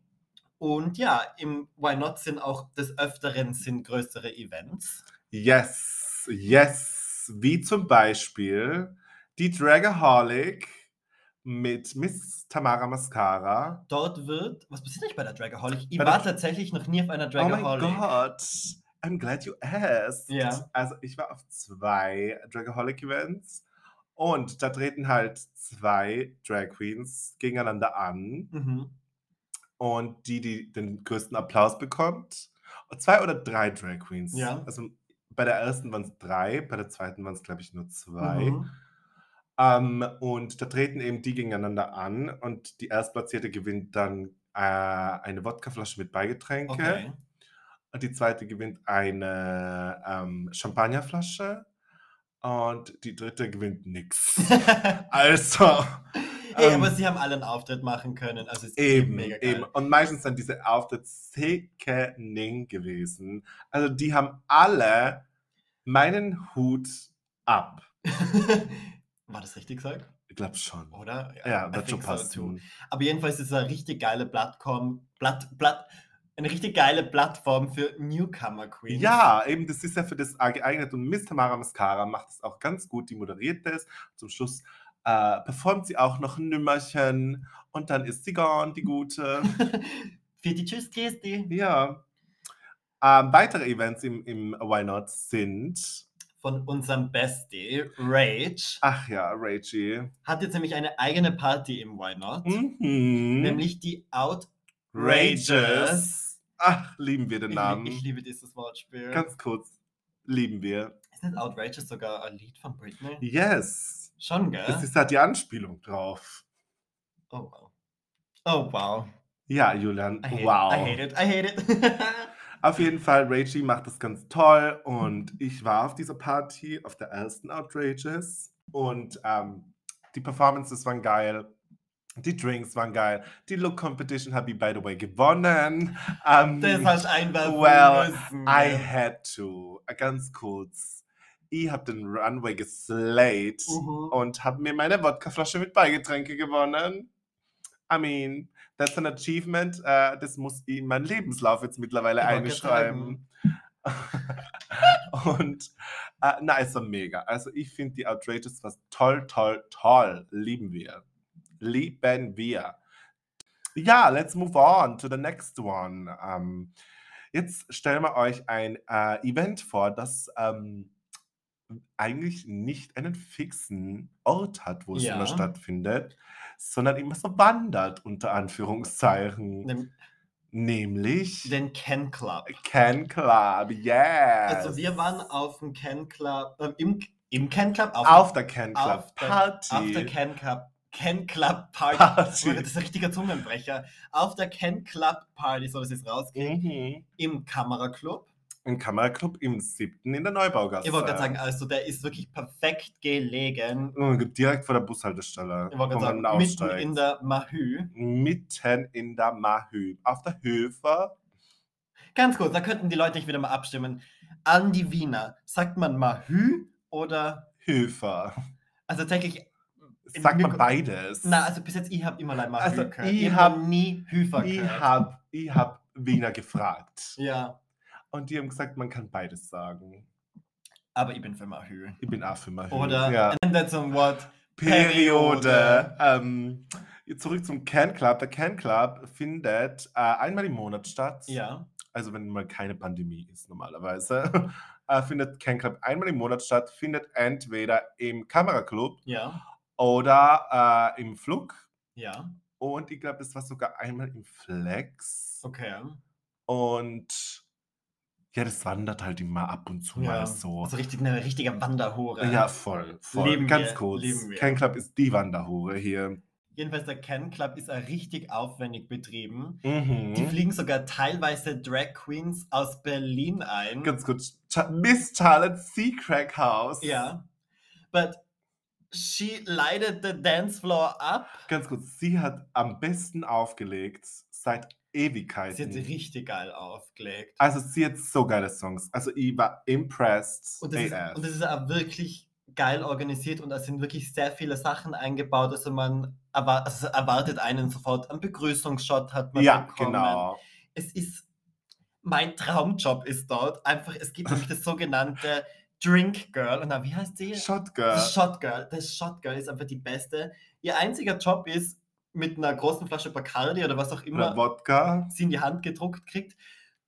Speaker 1: Und ja, im Why Not sind auch des Öfteren sind größere Events.
Speaker 2: Yes. Yes. Acts, wie zum Beispiel die Dragaholic mit Miss Tamara Mascara.
Speaker 1: Dort wird. Was passiert eigentlich bei der Dragaholic? Ich
Speaker 2: Bei der-
Speaker 1: war tatsächlich noch nie auf einer
Speaker 2: Oh mein
Speaker 1: Dragaholic.
Speaker 2: Gott, I'm glad you asked.
Speaker 1: Ja.
Speaker 2: Also ich war auf zwei Dragaholic-Events und da treten halt zwei Drag Queens gegeneinander an
Speaker 1: mhm.
Speaker 2: und die, die den größten Applaus bekommt, zwei oder drei Drag Queens.
Speaker 1: Ja.
Speaker 2: Also bei der ersten waren es drei, bei der zweiten waren es glaube ich nur zwei.
Speaker 1: Mhm.
Speaker 2: Ähm, und da treten eben die gegeneinander an und die Erstplatzierte gewinnt dann äh, eine Wodkaflasche mit Beigetränke.
Speaker 1: Okay.
Speaker 2: Und die zweite gewinnt eine ähm, Champagnerflasche. Und die dritte gewinnt
Speaker 1: [laughs]
Speaker 2: nix. also,
Speaker 1: Hey,
Speaker 2: Ähm,
Speaker 1: aber sie haben alle einen Auftritt machen können. Also es ist
Speaker 2: eben,
Speaker 1: mega geil.
Speaker 2: eben. Und meistens dann diese Auftrittssickening gewesen. Also, die haben alle meinen Hut ab.
Speaker 1: [laughs] War das richtig gesagt?
Speaker 2: Ich glaube schon.
Speaker 1: Oder?
Speaker 2: Ja,
Speaker 1: I
Speaker 2: wird schon
Speaker 1: think so too.
Speaker 2: passen.
Speaker 1: Aber jedenfalls ist es eine richtig geile Plattform, Platt, Platt, eine richtig geile Plattform für Newcomer Queens. [laughs]
Speaker 2: Ja, eben, das ist ja für das A geeignet. Und Miss Tamara Mascara macht es auch ganz gut. Die moderiert das. Zum Schluss äh, performt sie auch noch ein Nümmerchen. Und dann ist sie gone,
Speaker 1: [laughs]
Speaker 2: die Gute.
Speaker 1: Fitti, tschüss, Christi.
Speaker 2: ja. Ähm, weitere Events im, im Why Not sind.
Speaker 1: Von unserem Bestie, Rage,
Speaker 2: Ach ja, Rachie.
Speaker 1: hat jetzt nämlich eine eigene Party im Why Not.
Speaker 2: Mhm.
Speaker 1: Nämlich die Outrageous.
Speaker 2: Rages. Ach, lieben wir den
Speaker 1: Ich,
Speaker 2: Namen.
Speaker 1: ich liebe dieses Wortspiel.
Speaker 2: ganz kurz. Lieben wir.
Speaker 1: ist nicht Outrageous sogar ein Lied von Britney?
Speaker 2: Yes.
Speaker 1: Schon, gell?
Speaker 2: Das ist halt die Anspielung drauf.
Speaker 1: oh wow. Oh wow.
Speaker 2: Ja, Julian.
Speaker 1: I hate
Speaker 2: wow.
Speaker 1: It. I hate it. [laughs] I hate it.
Speaker 2: Auf jeden Fall, Rachie macht das ganz toll und ich war auf dieser Party, auf der ersten Outrageous und ähm, die Performances waren geil, die Drinks waren geil, die Look Competition habe ich by the way gewonnen. Ähm,
Speaker 1: das hast du einwerfen
Speaker 2: Well,
Speaker 1: müssen.
Speaker 2: I had to, Äh, ganz kurz, ich habe den Runway geslayed
Speaker 1: Mhm.
Speaker 2: und habe mir meine Wodkaflasche mit Beigetränke gewonnen. I mean, that's an achievement. äh, das muss ich in meinen Lebenslauf jetzt mittlerweile
Speaker 1: Ich wollt grad
Speaker 2: einschreiben. [laughs] Und äh, na, es war mega. Also ich finde die Outrageous was toll, toll, toll. Lieben wir. Lieben wir. Ja, let's move on to the next one. Ähm, jetzt stellen wir euch ein äh, Event vor, das ähm, eigentlich nicht einen fixen Ort hat, wo es
Speaker 1: Ja.
Speaker 2: immer stattfindet, sondern immer so wandert, unter Anführungszeichen.
Speaker 1: Den,
Speaker 2: Nämlich
Speaker 1: Mhm. den Ken Club.
Speaker 2: Can Club, yes.
Speaker 1: Also wir waren auf dem Ken Club, ähm, im, im Ken Club,
Speaker 2: auf, der Can Club
Speaker 1: auf der-
Speaker 2: Party.
Speaker 1: auf der Ken Club, Ken Club Party.
Speaker 2: Party.
Speaker 1: Oh mein Gott, das ist ein richtiger Zungenbrecher. Auf der Ken Club Party, so dass ich es rauskriege,
Speaker 2: mhm.
Speaker 1: im Kameraclub.
Speaker 2: Im Kameraclub im siebten in der Neubaugasse.
Speaker 1: Ich wollte gerade sagen, also der ist wirklich perfekt gelegen.
Speaker 2: Oh mein Gott, Direkt vor der Bushaltestelle.
Speaker 1: Ich wollte
Speaker 2: wo
Speaker 1: gerade
Speaker 2: man
Speaker 1: sagen, mitten
Speaker 2: aussteigt.
Speaker 1: in der Mahü.
Speaker 2: Mitten in der Mahü. Auf der Höfer.
Speaker 1: Ganz kurz, da könnten die Leute nicht wieder mal abstimmen. An die Wiener, sagt man Mahü oder,
Speaker 2: Höfer.
Speaker 1: also tatsächlich, Im
Speaker 2: Sagt man
Speaker 1: Mikro-
Speaker 2: beides.
Speaker 1: na, also bis jetzt, ich habe immer leider Mahü
Speaker 2: Also,
Speaker 1: gehört.
Speaker 2: ich
Speaker 1: hab
Speaker 2: hab-
Speaker 1: noch nie Hüfer
Speaker 2: ich
Speaker 1: gehört.
Speaker 2: habe ich hab Wiener gefragt.
Speaker 1: Ja,
Speaker 2: Und die haben gesagt, man kann beides sagen.
Speaker 1: aber ich bin für Mahü.
Speaker 2: Ich bin auch für Mahü.
Speaker 1: Oder,
Speaker 2: ja.
Speaker 1: and that's a what.
Speaker 2: Periode. Ähm, zurück zum Can Club. Der Can Club findet äh, einmal im Monat statt.
Speaker 1: Ja,
Speaker 2: Also wenn mal keine Pandemie ist normalerweise. [laughs] Äh, findet Can Club einmal im Monat statt. Findet entweder im Kameraclub
Speaker 1: ja,
Speaker 2: oder äh, im Flug.
Speaker 1: ja,
Speaker 2: Und ich glaube, es war sogar einmal im Flex.
Speaker 1: okay.
Speaker 2: Und ja, das wandert halt immer ab und zu
Speaker 1: Ja.
Speaker 2: mal so.
Speaker 1: Also richtig, eine richtige Wanderhure.
Speaker 2: Ja, voll, voll.
Speaker 1: Leben
Speaker 2: Ganz
Speaker 1: wir,
Speaker 2: kurz.
Speaker 1: leben wir.
Speaker 2: Can Club ist die Wanderhure hier.
Speaker 1: Jedenfalls, der Ken Club ist auch richtig aufwendig betrieben.
Speaker 2: Mhm.
Speaker 1: Die fliegen sogar teilweise Drag Queens aus Berlin ein.
Speaker 2: ganz kurz, Cha- Miss Charlotte C. Crackhouse.
Speaker 1: Yeah. But she lighted the dance floor up.
Speaker 2: Ganz kurz, sie hat am besten aufgelegt seit
Speaker 1: Sie hat sie
Speaker 2: Ewigkeiten.
Speaker 1: richtig geil aufgelegt.
Speaker 2: Also sie hat so geile Songs. Also ich war impressed.
Speaker 1: Und das, ist,
Speaker 2: AF.
Speaker 1: und das ist auch wirklich geil organisiert und da sind wirklich sehr viele Sachen eingebaut. Also man erwar also es erwartet einen sofort. Einen Begrüßungsshot hat man
Speaker 2: ja,
Speaker 1: bekommen.
Speaker 2: genau. [laughs]
Speaker 1: Es ist, mein Traumjob ist dort. Einfach, es gibt nämlich das sogenannte Drink Girl. Und dann, wie heißt sie?
Speaker 2: Shotgun.
Speaker 1: Das Shot Girl. Das Shot Girl ist einfach die beste. Ihr einziger Job ist, mit einer großen Flasche Bacardi oder was auch
Speaker 2: Oder
Speaker 1: immer
Speaker 2: Wodka.
Speaker 1: sie in die Hand gedruckt kriegt,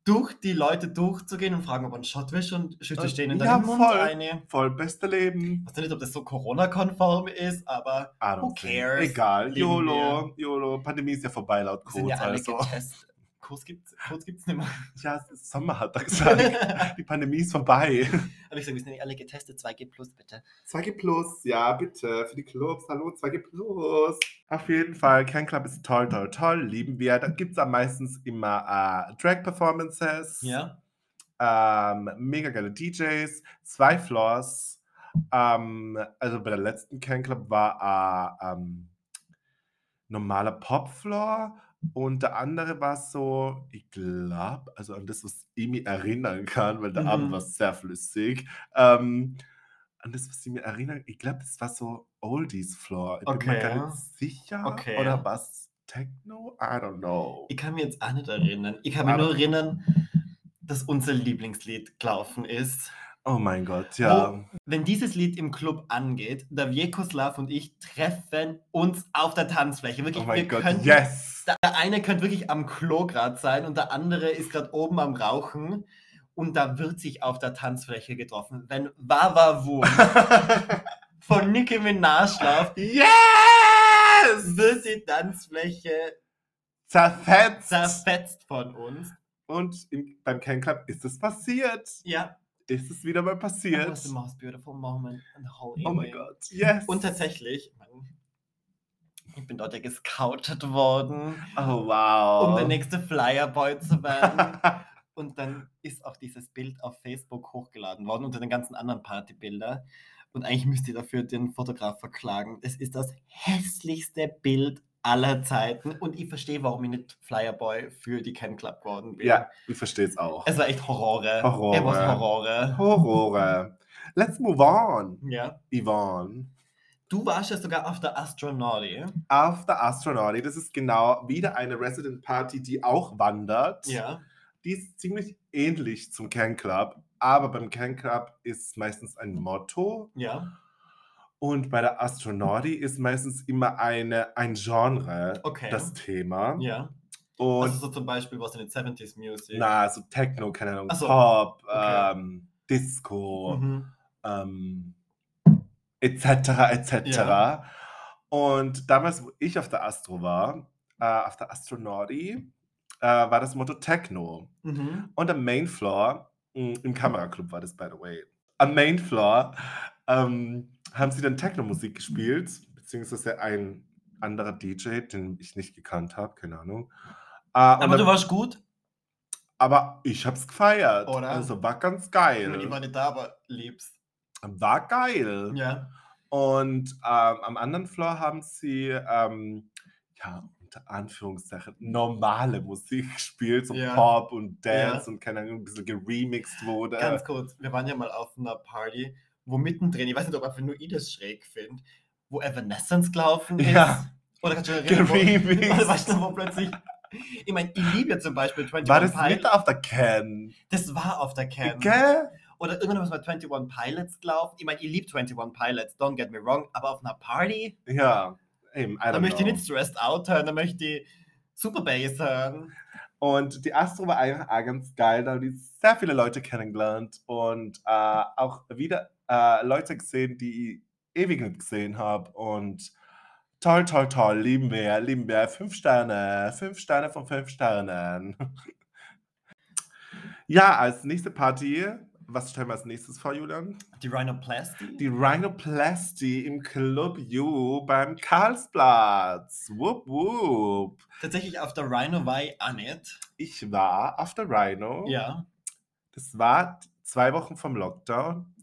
Speaker 1: durch die Leute durchzugehen und fragen, ob er einen Shot will und schüttet stehen in
Speaker 2: Ja,
Speaker 1: deinem Mund
Speaker 2: voll.
Speaker 1: eine.
Speaker 2: Voll beste Leben.
Speaker 1: Ich weiß nicht, ob das so Corona-konform ist, aber
Speaker 2: I don't
Speaker 1: Who
Speaker 2: think.
Speaker 1: cares?
Speaker 2: Egal.
Speaker 1: Leben
Speaker 2: YOLO. YOLO. Pandemie ist ja vorbei laut
Speaker 1: sind
Speaker 2: Kurs.
Speaker 1: ja alle
Speaker 2: also.
Speaker 1: getestet. Kurs gibt's, Kurs gibt's nicht mehr.
Speaker 2: Ja, Sommer hat er
Speaker 1: [laughs]
Speaker 2: gesagt. Die Pandemie ist vorbei.
Speaker 1: Aber ich sage, wir sind nicht alle getestet, 2G plus bitte.
Speaker 2: 2G Plus, ja, bitte, für die Clubs, hallo, 2G Plus. Auf jeden Fall, Can Club ist toll, toll, toll, lieben wir. Da gibt es am meistens immer äh, Drag-Performances,
Speaker 1: Ja.
Speaker 2: ähm, mega geile DJs, zwei Floors. Ähm, also bei der letzten Can Club war äh, ähm, normaler Pop-Floor und der andere war so, ich glaube, also an das, was ich mich erinnern kann, weil der
Speaker 1: Mhm.
Speaker 2: Abend war sehr flüssig. Ähm, an das, was ich mir erinnere, ich glaube, das war so Oldies Floor. Ich bin mir gar
Speaker 1: Okay.
Speaker 2: nicht sicher.
Speaker 1: Okay.
Speaker 2: Oder was? Techno? I don't know.
Speaker 1: Ich kann mich jetzt auch nicht
Speaker 2: Hm.
Speaker 1: erinnern. Ich kann mich
Speaker 2: Aber-
Speaker 1: nur erinnern, dass unser Lieblingslied gelaufen ist.
Speaker 2: Oh mein Gott, ja. Oh
Speaker 1: Wenn dieses Lied im Club angeht, der Vjekoslav und ich treffen uns auf der Tanzfläche. Wirklich,
Speaker 2: oh mein
Speaker 1: wir
Speaker 2: Gott,
Speaker 1: könnten-
Speaker 2: yes!
Speaker 1: Der eine könnte wirklich am Klo gerade sein und der andere ist gerade oben am Rauchen. Und da wird sich auf der Tanzfläche getroffen. Wenn Wawa Wu von Nicki Minaj läuft,
Speaker 2: [laughs] yes!
Speaker 1: wird die Tanzfläche
Speaker 2: Zerfetzt!
Speaker 1: zerfetzt von uns.
Speaker 2: Und im, beim Can Club ist es passiert.
Speaker 1: Ja,
Speaker 2: Ist es wieder mal
Speaker 1: that
Speaker 2: passiert.
Speaker 1: was the most beautiful moment in the whole
Speaker 2: Oh mein
Speaker 1: evening.
Speaker 2: Gott, yes!
Speaker 1: Und tatsächlich, Mann, ich bin dort ja gescoutet worden.
Speaker 2: oh wow.
Speaker 1: um der nächste Flyerboy zu werden.
Speaker 2: [laughs]
Speaker 1: und dann ist auch dieses Bild auf Facebook hochgeladen worden unter den ganzen anderen Partybilder. Und eigentlich müsst ihr dafür den Fotograf verklagen. Es ist das hässlichste Bild aller Zeiten. Und ich verstehe, warum ich nicht Flyerboy für die Can Club geworden bin.
Speaker 2: ja, ich verstehe es auch.
Speaker 1: Es war echt Horrore.
Speaker 2: Horrore.
Speaker 1: Er war Horrore.
Speaker 2: Horrore. Let's move on,
Speaker 1: Ja.
Speaker 2: Yvonne.
Speaker 1: Du warst ja sogar auf der Astronauty.
Speaker 2: After Astronauty, das ist genau wieder eine Resident Party, die auch wandert.
Speaker 1: Ja.
Speaker 2: Die ist ziemlich ähnlich zum Can Club, aber beim Can Club ist meistens ein Motto
Speaker 1: Ja.
Speaker 2: und bei der Astronauty ist meistens immer eine, ein Genre
Speaker 1: Okay.
Speaker 2: das Thema.
Speaker 1: ja.
Speaker 2: Und
Speaker 1: also so zum Beispiel was in den 70s Music. Mhm.
Speaker 2: na, so Techno, keine Ahnung,
Speaker 1: Ach so.
Speaker 2: Pop,
Speaker 1: Okay.
Speaker 2: ähm, Disco,
Speaker 1: Mhm.
Speaker 2: ähm, etc. etc.
Speaker 1: Ja.
Speaker 2: Und damals, wo ich auf der Astro war, äh, auf der Astronauti, äh, war das Motto Techno.
Speaker 1: Mhm.
Speaker 2: Und am Main Floor, mh, im Kameraclub war das, by the way, am Main Floor ähm, haben sie dann Techno-Musik gespielt, beziehungsweise ein anderer DJ, den ich nicht gekannt habe, keine Ahnung. Äh, und
Speaker 1: Aber
Speaker 2: dann-
Speaker 1: du warst gut.
Speaker 2: aber ich hab's gefeiert.
Speaker 1: Oder?
Speaker 2: Also war ganz
Speaker 1: Ich war
Speaker 2: geil.
Speaker 1: nicht da, aber lebst.
Speaker 2: War geil.
Speaker 1: Ja.
Speaker 2: Und ähm, am anderen Floor haben sie, ähm, ja, unter Anführungszeichen, normale Musik gespielt, so
Speaker 1: Ja.
Speaker 2: Pop und Dance und keine Ahnung, ein bisschen geremixed wurde.
Speaker 1: Ganz kurz, wir waren ja mal auf einer Party, wo mittendrin, ich weiß nicht, ob einfach nur ich das schräg finde, wo Evanescence gelaufen ist.
Speaker 2: Ja.
Speaker 1: Oder kannst du dich erinnern, wo,
Speaker 2: [laughs]
Speaker 1: oder weißt
Speaker 2: geremixed.
Speaker 1: du, noch, wo plötzlich. Ich meine, ich liebe ja zum Beispiel 21
Speaker 2: War das
Speaker 1: Pilots.
Speaker 2: mit auf der Can?
Speaker 1: Das war auf der Cam.
Speaker 2: Gell?
Speaker 1: Oder irgendwann ist mal 21 Pilots gelaufen. Ich meine, ich liebe 21 Pilots, don't get me wrong, aber auf einer Party,
Speaker 2: Ja. Eben, I
Speaker 1: da
Speaker 2: don't
Speaker 1: möchte ich
Speaker 2: know.
Speaker 1: nicht Stressed Out hören, da möchte ich Super Bass hören.
Speaker 2: Und die Astro war einfach auch ganz geil, da habe ich sehr viele Leute kennengelernt und äh, auch wieder äh, Leute gesehen, die ich ewig nicht gesehen habe. Und toll, toll, toll, lieben wir, lieben wir. Fünf Sterne, fünf Sterne von fünf Sternen. [laughs] ja, als nächste Party, was stellen wir als nächstes vor, Julian?
Speaker 1: Die Rhinoplasty.
Speaker 2: Die Rhinoplasty im Club U beim Karlsplatz. Whoop, whoop.
Speaker 1: Tatsächlich auf der Rhino war ich auch nicht.
Speaker 2: Ich war auf der Rhino.
Speaker 1: Ja.
Speaker 2: Das war zwei Wochen vom Lockdown.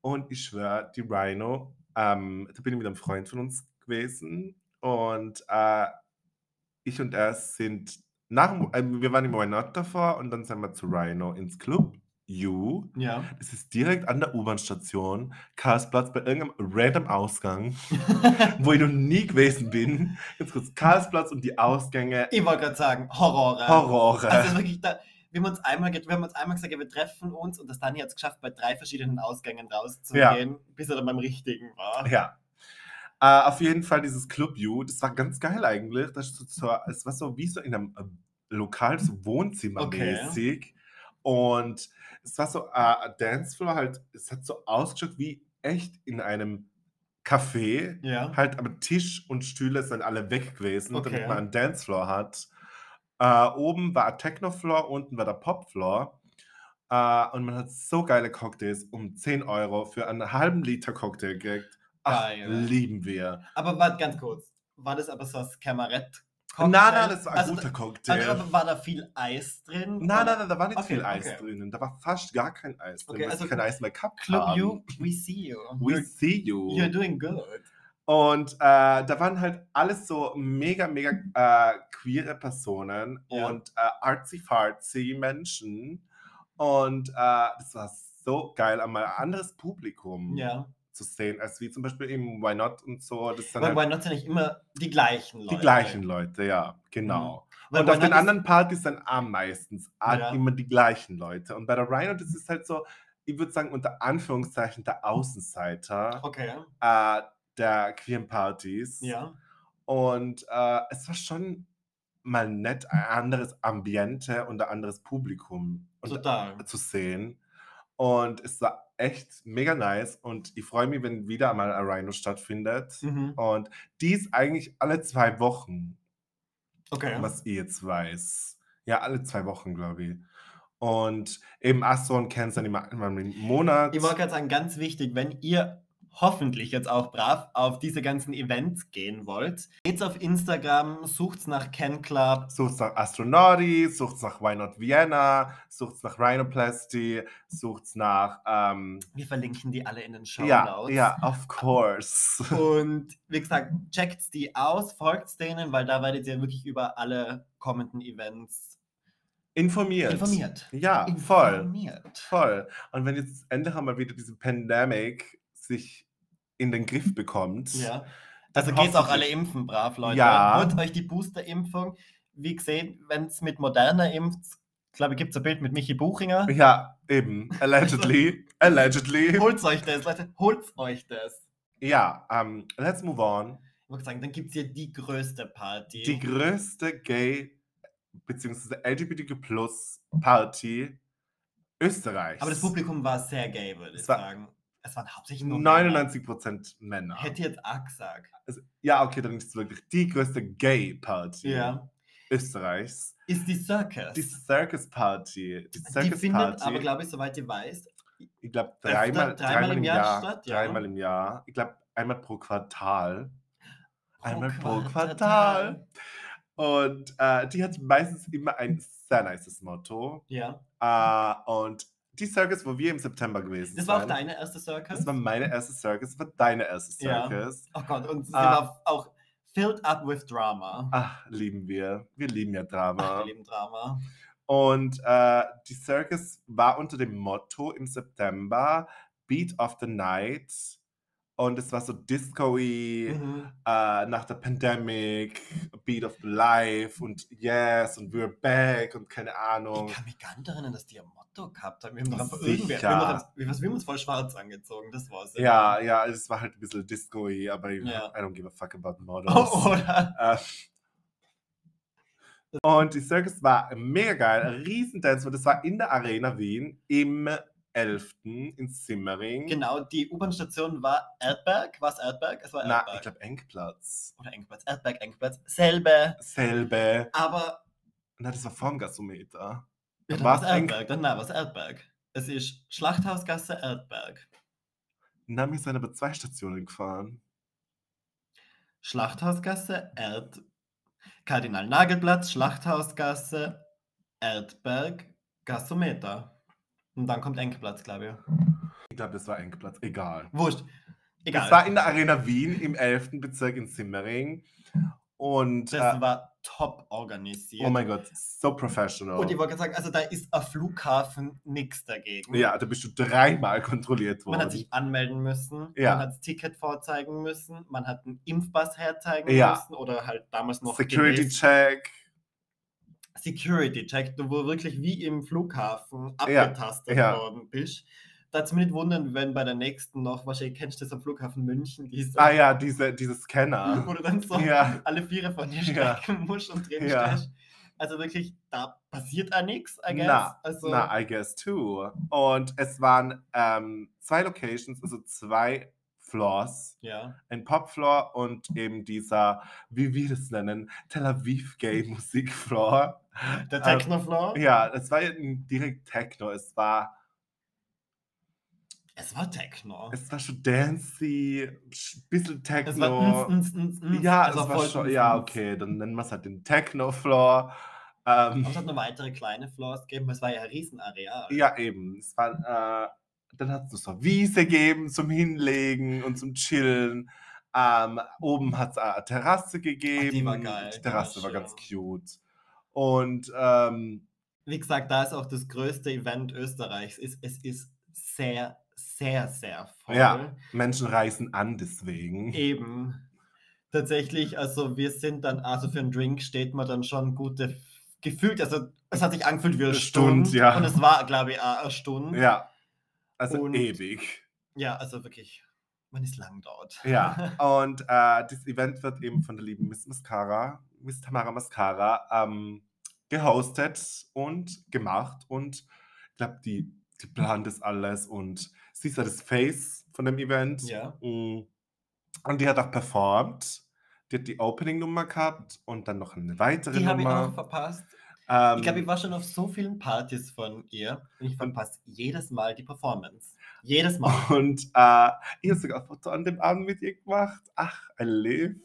Speaker 2: Und ich schwöre, die Rhino, ähm, da bin ich mit einem Freund von uns gewesen. Und äh, ich und er sind nach dem, ähm, wir waren im Wynot davor und dann sind wir zu Rhino ins Club U.
Speaker 1: Ja.
Speaker 2: Es ist direkt an der U-Bahn-Station, Karlsplatz, bei irgendeinem random Ausgang, wo ich noch nie gewesen bin. Jetzt kurz Karlsplatz und die Ausgänge.
Speaker 1: ich wollte gerade sagen, Horrore.
Speaker 2: Horrore.
Speaker 1: Also es ist wirklich da, wir haben uns einmal, get- wir haben uns einmal gesagt, ja, wir treffen uns und das Dani hat es geschafft, bei drei verschiedenen Ausgängen rauszugehen, bis er dann beim richtigen war.
Speaker 2: Ja. Äh, auf jeden Fall dieses Club You, das war ganz geil eigentlich. Das, ist so zur- es war so wie so in einem äh, Lokal, so Wohnzimmermäßig. Und es war so äh, Dancefloor halt, es hat so ausgeschaut wie echt in einem Café.
Speaker 1: Ja.
Speaker 2: Halt am Tisch und Stühle sind alle weg gewesen,
Speaker 1: Okay.
Speaker 2: damit man einen Dancefloor hat. Äh, oben war ein Technofloor, unten war der Popfloor. Äh, und man hat so geile Cocktails um 10 Euro für einen halben Liter Cocktail gekriegt. Ach,
Speaker 1: Geil.
Speaker 2: lieben wir.
Speaker 1: Aber warte ganz kurz, war das aber so ein Kamerett?
Speaker 2: Nein, nein, das war ein
Speaker 1: also,
Speaker 2: guter
Speaker 1: Also,
Speaker 2: Cocktail.
Speaker 1: aber war da viel Eis drin?
Speaker 2: Nein,
Speaker 1: Oder-
Speaker 2: nein, nein, da war nicht
Speaker 1: Okay,
Speaker 2: viel Eis
Speaker 1: okay.
Speaker 2: drinnen. Da war fast gar kein Eis drin,
Speaker 1: Okay,
Speaker 2: weil
Speaker 1: also
Speaker 2: es kein Eis mehr gehabt
Speaker 1: Club
Speaker 2: haben.
Speaker 1: you, we see you.
Speaker 2: Um, We
Speaker 1: You're-
Speaker 2: see you.
Speaker 1: You're doing good.
Speaker 2: Und äh, da waren halt alles so mega, mega äh, queere Personen
Speaker 1: Mhm. Ja.
Speaker 2: und äh, artsy-fartsy Menschen. Und äh, das war so geil, einmal ein anderes Publikum
Speaker 1: Ja.
Speaker 2: zu sehen, als wie zum Beispiel eben Why Not und so. Das sind
Speaker 1: Weil
Speaker 2: halt
Speaker 1: Why Not sind nicht immer die gleichen Leute. Mhm.
Speaker 2: die gleichen Leute, ja, genau.
Speaker 1: Weil
Speaker 2: Und
Speaker 1: Why
Speaker 2: auf
Speaker 1: Not
Speaker 2: den
Speaker 1: ist-
Speaker 2: anderen Partys dann auch meistens auch
Speaker 1: Ja.
Speaker 2: immer die gleichen Leute. Und bei der Why Not ist es halt so, ich würde sagen, unter Anführungszeichen der Außenseiter
Speaker 1: Okay,
Speaker 2: äh, der queeren Partys.
Speaker 1: ja.
Speaker 2: Und äh, es war schon mal nett, ein anderes Ambiente und ein anderes Publikum und, äh,
Speaker 1: Total.
Speaker 2: zu sehen. Und es war echt mega nice. Und ich freue mich, wenn wieder mal ein Rhino stattfindet.
Speaker 1: Mhm.
Speaker 2: Und dies eigentlich alle zwei Wochen,
Speaker 1: Okay.
Speaker 2: was ich jetzt weiß. Ja, alle zwei Wochen, glaube ich. Und eben Astron kennt es dann immer einmal im Monat.
Speaker 1: Ich wollte gerade sagen, ganz wichtig, wenn ihr hoffentlich jetzt auch brav auf diese ganzen Events gehen wollt, geht's auf Instagram, sucht's nach Ken Club.
Speaker 2: Sucht nach Astronauti, sucht nach Why Not Vienna, sucht nach Rhinoplasty, sucht nach. Ähm,
Speaker 1: Wir verlinken die alle in den Show
Speaker 2: ja,
Speaker 1: Notes.
Speaker 2: ja, of course.
Speaker 1: Und wie gesagt, checkt die aus, folgt denen, weil da werdet ihr wirklich über alle kommenden Events
Speaker 2: Informiert.
Speaker 1: informiert.
Speaker 2: Ja, voll.
Speaker 1: Informiert.
Speaker 2: Voll. Und wenn jetzt endlich einmal wieder diese Pandemic sich in den Griff bekommt,
Speaker 1: Ja.
Speaker 2: dann
Speaker 1: Also geht's auch alle
Speaker 2: hoffentlich-
Speaker 1: impfen, brav Leute.
Speaker 2: Ja.
Speaker 1: Holt euch die Booster-Impfung. Wie gesehen, wenn es mit Moderna impft, glaube ich, gibt es ein Bild mit Michi Buchinger.
Speaker 2: Ja, eben.
Speaker 1: [laughs]
Speaker 2: Allegedly. allegedly.
Speaker 1: Holt's euch das, Leute. Holt's euch das.
Speaker 2: Ja, ähm, let's move on.
Speaker 1: Ich würde sagen, dann gibt es hier die größte Party.
Speaker 2: Die größte Gay- bzw. LGBTQ-Plus-Party Österreichs.
Speaker 1: Aber das Publikum war sehr gay, würde ich
Speaker 2: Es war-
Speaker 1: sagen. Es waren hauptsächlich nur Männer.
Speaker 2: 99% Männer.
Speaker 1: Hätte ich jetzt auch gesagt.
Speaker 2: Also, ja, okay, dann ist es wirklich die größte Gay-Party
Speaker 1: Ja.
Speaker 2: Österreichs.
Speaker 1: Ist die Circus.
Speaker 2: Die Circus Party. Die
Speaker 1: die
Speaker 2: Circus
Speaker 1: findet
Speaker 2: Party.
Speaker 1: aber, glaube ich, soweit ich weiß,
Speaker 2: ich glaube,
Speaker 1: öfter-
Speaker 2: dreimal, dreimal im Jahr.
Speaker 1: statt, ja.
Speaker 2: Dreimal im Jahr. Ich glaube, einmal pro Quartal. Einmal pro
Speaker 1: Quartal.
Speaker 2: Quartal. Und äh, die hat meistens immer ein sehr nices Motto.
Speaker 1: Ja.
Speaker 2: Äh, und die Circus, wo wir im September gewesen
Speaker 1: Das
Speaker 2: sind.
Speaker 1: war auch deine erste Circus?
Speaker 2: Das war meine erste Circus, das war deine erste
Speaker 1: Ja.
Speaker 2: Circus.
Speaker 1: Oh Gott, und sie
Speaker 2: Ah.
Speaker 1: war auch filled up with drama.
Speaker 2: Ach, lieben wir. Wir lieben ja Drama.
Speaker 1: Ach, wir lieben Drama.
Speaker 2: Und äh, die Circus war unter dem Motto im September Beat of the Night. Und es war so disco-y,
Speaker 1: Mhm.
Speaker 2: äh, nach der Pandemic, Beat of the Life und Yes und We're Back und keine Ahnung.
Speaker 1: Ich kann mich gar nicht erinnern, dass die ein Motto gehabt haben. Wir haben doch einfach irgendwer, wir
Speaker 2: Sicher.
Speaker 1: haben, doch- wir, was- wir haben uns voll schwarz angezogen, das war's. [laughs]
Speaker 2: Ja, ja, es war halt ein bisschen disco-y, aber ich-
Speaker 1: Ja.
Speaker 2: I don't give a fuck about models.
Speaker 1: Oh, oder?
Speaker 2: Äh, Und die Circus war mega geil, ein riesen Dance, das war in der Arena Wien im 11. in Simmering.
Speaker 1: Genau, die U-Bahn-Station war Erdberg. War es Erdberg? Es war
Speaker 2: Na,
Speaker 1: Erdberg.
Speaker 2: ich glaube Engplatz.
Speaker 1: oder Engplatz, Erdberg, Engplatz. Selbe.
Speaker 2: Selbe.
Speaker 1: Aber
Speaker 2: Na, das war vorm Gasometer.
Speaker 1: ja, dann
Speaker 2: war's
Speaker 1: war's
Speaker 2: Eng-
Speaker 1: Erdberg. Dann nein, war's Erdberg. Es ist Schlachthausgasse Erdberg.
Speaker 2: Na, wir sind aber zwei Stationen gefahren.
Speaker 1: Schlachthausgasse Erd... Kardinal Nagelplatz, Schlachthausgasse, Erdberg, Gasometer. Und dann kommt Engplatz, glaube ich.
Speaker 2: Ich glaube, das war Engplatz. Egal.
Speaker 1: Wurscht. Egal.
Speaker 2: Es war in der Arena Wien im 11. Bezirk in Simmering. Und
Speaker 1: Das
Speaker 2: äh,
Speaker 1: war top organisiert.
Speaker 2: oh mein Gott, so professional.
Speaker 1: Und ich wollte gerade sagen, also da ist am Flughafen nichts dagegen.
Speaker 2: Ja, da bist du dreimal kontrolliert worden.
Speaker 1: Man hat sich anmelden müssen,
Speaker 2: Ja.
Speaker 1: man hat das Ticket vorzeigen müssen, man hat einen Impfpass herzeigen
Speaker 2: Ja.
Speaker 1: müssen oder halt damals noch
Speaker 2: Security
Speaker 1: gemäß
Speaker 2: Check.
Speaker 1: Security-Check, du wo wirklich wie im Flughafen
Speaker 2: Ja,
Speaker 1: abgetastet
Speaker 2: ja.
Speaker 1: worden bist. Da hat's mir nicht wundern, wenn bei der nächsten noch, wahrscheinlich kennst du das am Flughafen München, diese,
Speaker 2: Ah ja, diese, diese
Speaker 1: wo [laughs]
Speaker 2: Scanner.
Speaker 1: du dann so
Speaker 2: Ja,
Speaker 1: alle Viere von dir
Speaker 2: Ja.
Speaker 1: stecken musst und drin
Speaker 2: Ja.
Speaker 1: stehst. Also wirklich, da passiert auch nichts, I guess.
Speaker 2: Na,
Speaker 1: also,
Speaker 2: na, I guess too. Und es waren ähm, zwei Locations, also zwei Floors,
Speaker 1: ja.
Speaker 2: ein Popfloor und eben dieser, wie wir das nennen, Tel Aviv
Speaker 1: [laughs]
Speaker 2: Gay Musikfloor.
Speaker 1: Der
Speaker 2: Ähm,
Speaker 1: Technofloor,
Speaker 2: Ja, es war ja direkt Techno, es war
Speaker 1: es war Techno.
Speaker 2: Es war schon dancey, sch- bisschen Techno.
Speaker 1: Es war ns, ns, ns, ns.
Speaker 2: ja,
Speaker 1: Also
Speaker 2: es war
Speaker 1: voll
Speaker 2: schon,
Speaker 1: ns,
Speaker 2: ja,
Speaker 1: ns.
Speaker 2: okay, dann nennen wir es halt den Techno-Floor. Ähm,
Speaker 1: Und es hat noch weitere kleine Floors gegeben, es war ja ein Riesenareal.
Speaker 2: ja, eben. Es war, äh, dann hat es so Wiese gegeben zum Hinlegen und zum Chillen. Ähm, oben hat es eine Terrasse gegeben.
Speaker 1: Ah, war geil, die
Speaker 2: Die
Speaker 1: war
Speaker 2: Terrasse war
Speaker 1: schön.
Speaker 2: ganz cute. Und ähm,
Speaker 1: Wie gesagt, da ist auch das größte Event Österreichs. Es, es ist sehr, sehr, sehr voll.
Speaker 2: Ja. Menschen reisen an deswegen.
Speaker 1: Eben. Tatsächlich, also wir sind dann, also für einen Drink steht man dann schon gute, gefühlt, also es hat sich angefühlt wie eine
Speaker 2: Eine Stunde,
Speaker 1: Stunde.
Speaker 2: ja.
Speaker 1: Und es war, glaube ich, auch eine Stunde.
Speaker 2: Ja. Also
Speaker 1: Und-
Speaker 2: ewig.
Speaker 1: Ja, also wirklich, man ist lang dort. [laughs]
Speaker 2: Ja, und äh, das Event wird eben von der lieben Miss Mascara, Miss Tamara Mascara, ähm, gehostet und gemacht. Und ich glaube, die, die plant das alles und sie ist ja das Face von dem Event.
Speaker 1: Ja.
Speaker 2: Mm. Und die hat auch performt. Die hat die Opening-Nummer gehabt und dann noch eine weitere
Speaker 1: Die habe ich auch
Speaker 2: Nummer.
Speaker 1: verpasst.
Speaker 2: ähm,
Speaker 1: Ich glaube, ich war schon auf so vielen Partys von ihr und ich verpasse jedes Mal die Performance. Jedes Mal.
Speaker 2: Und äh, ich habe sogar ein Foto an dem Abend mit ihr gemacht. Ach, I live.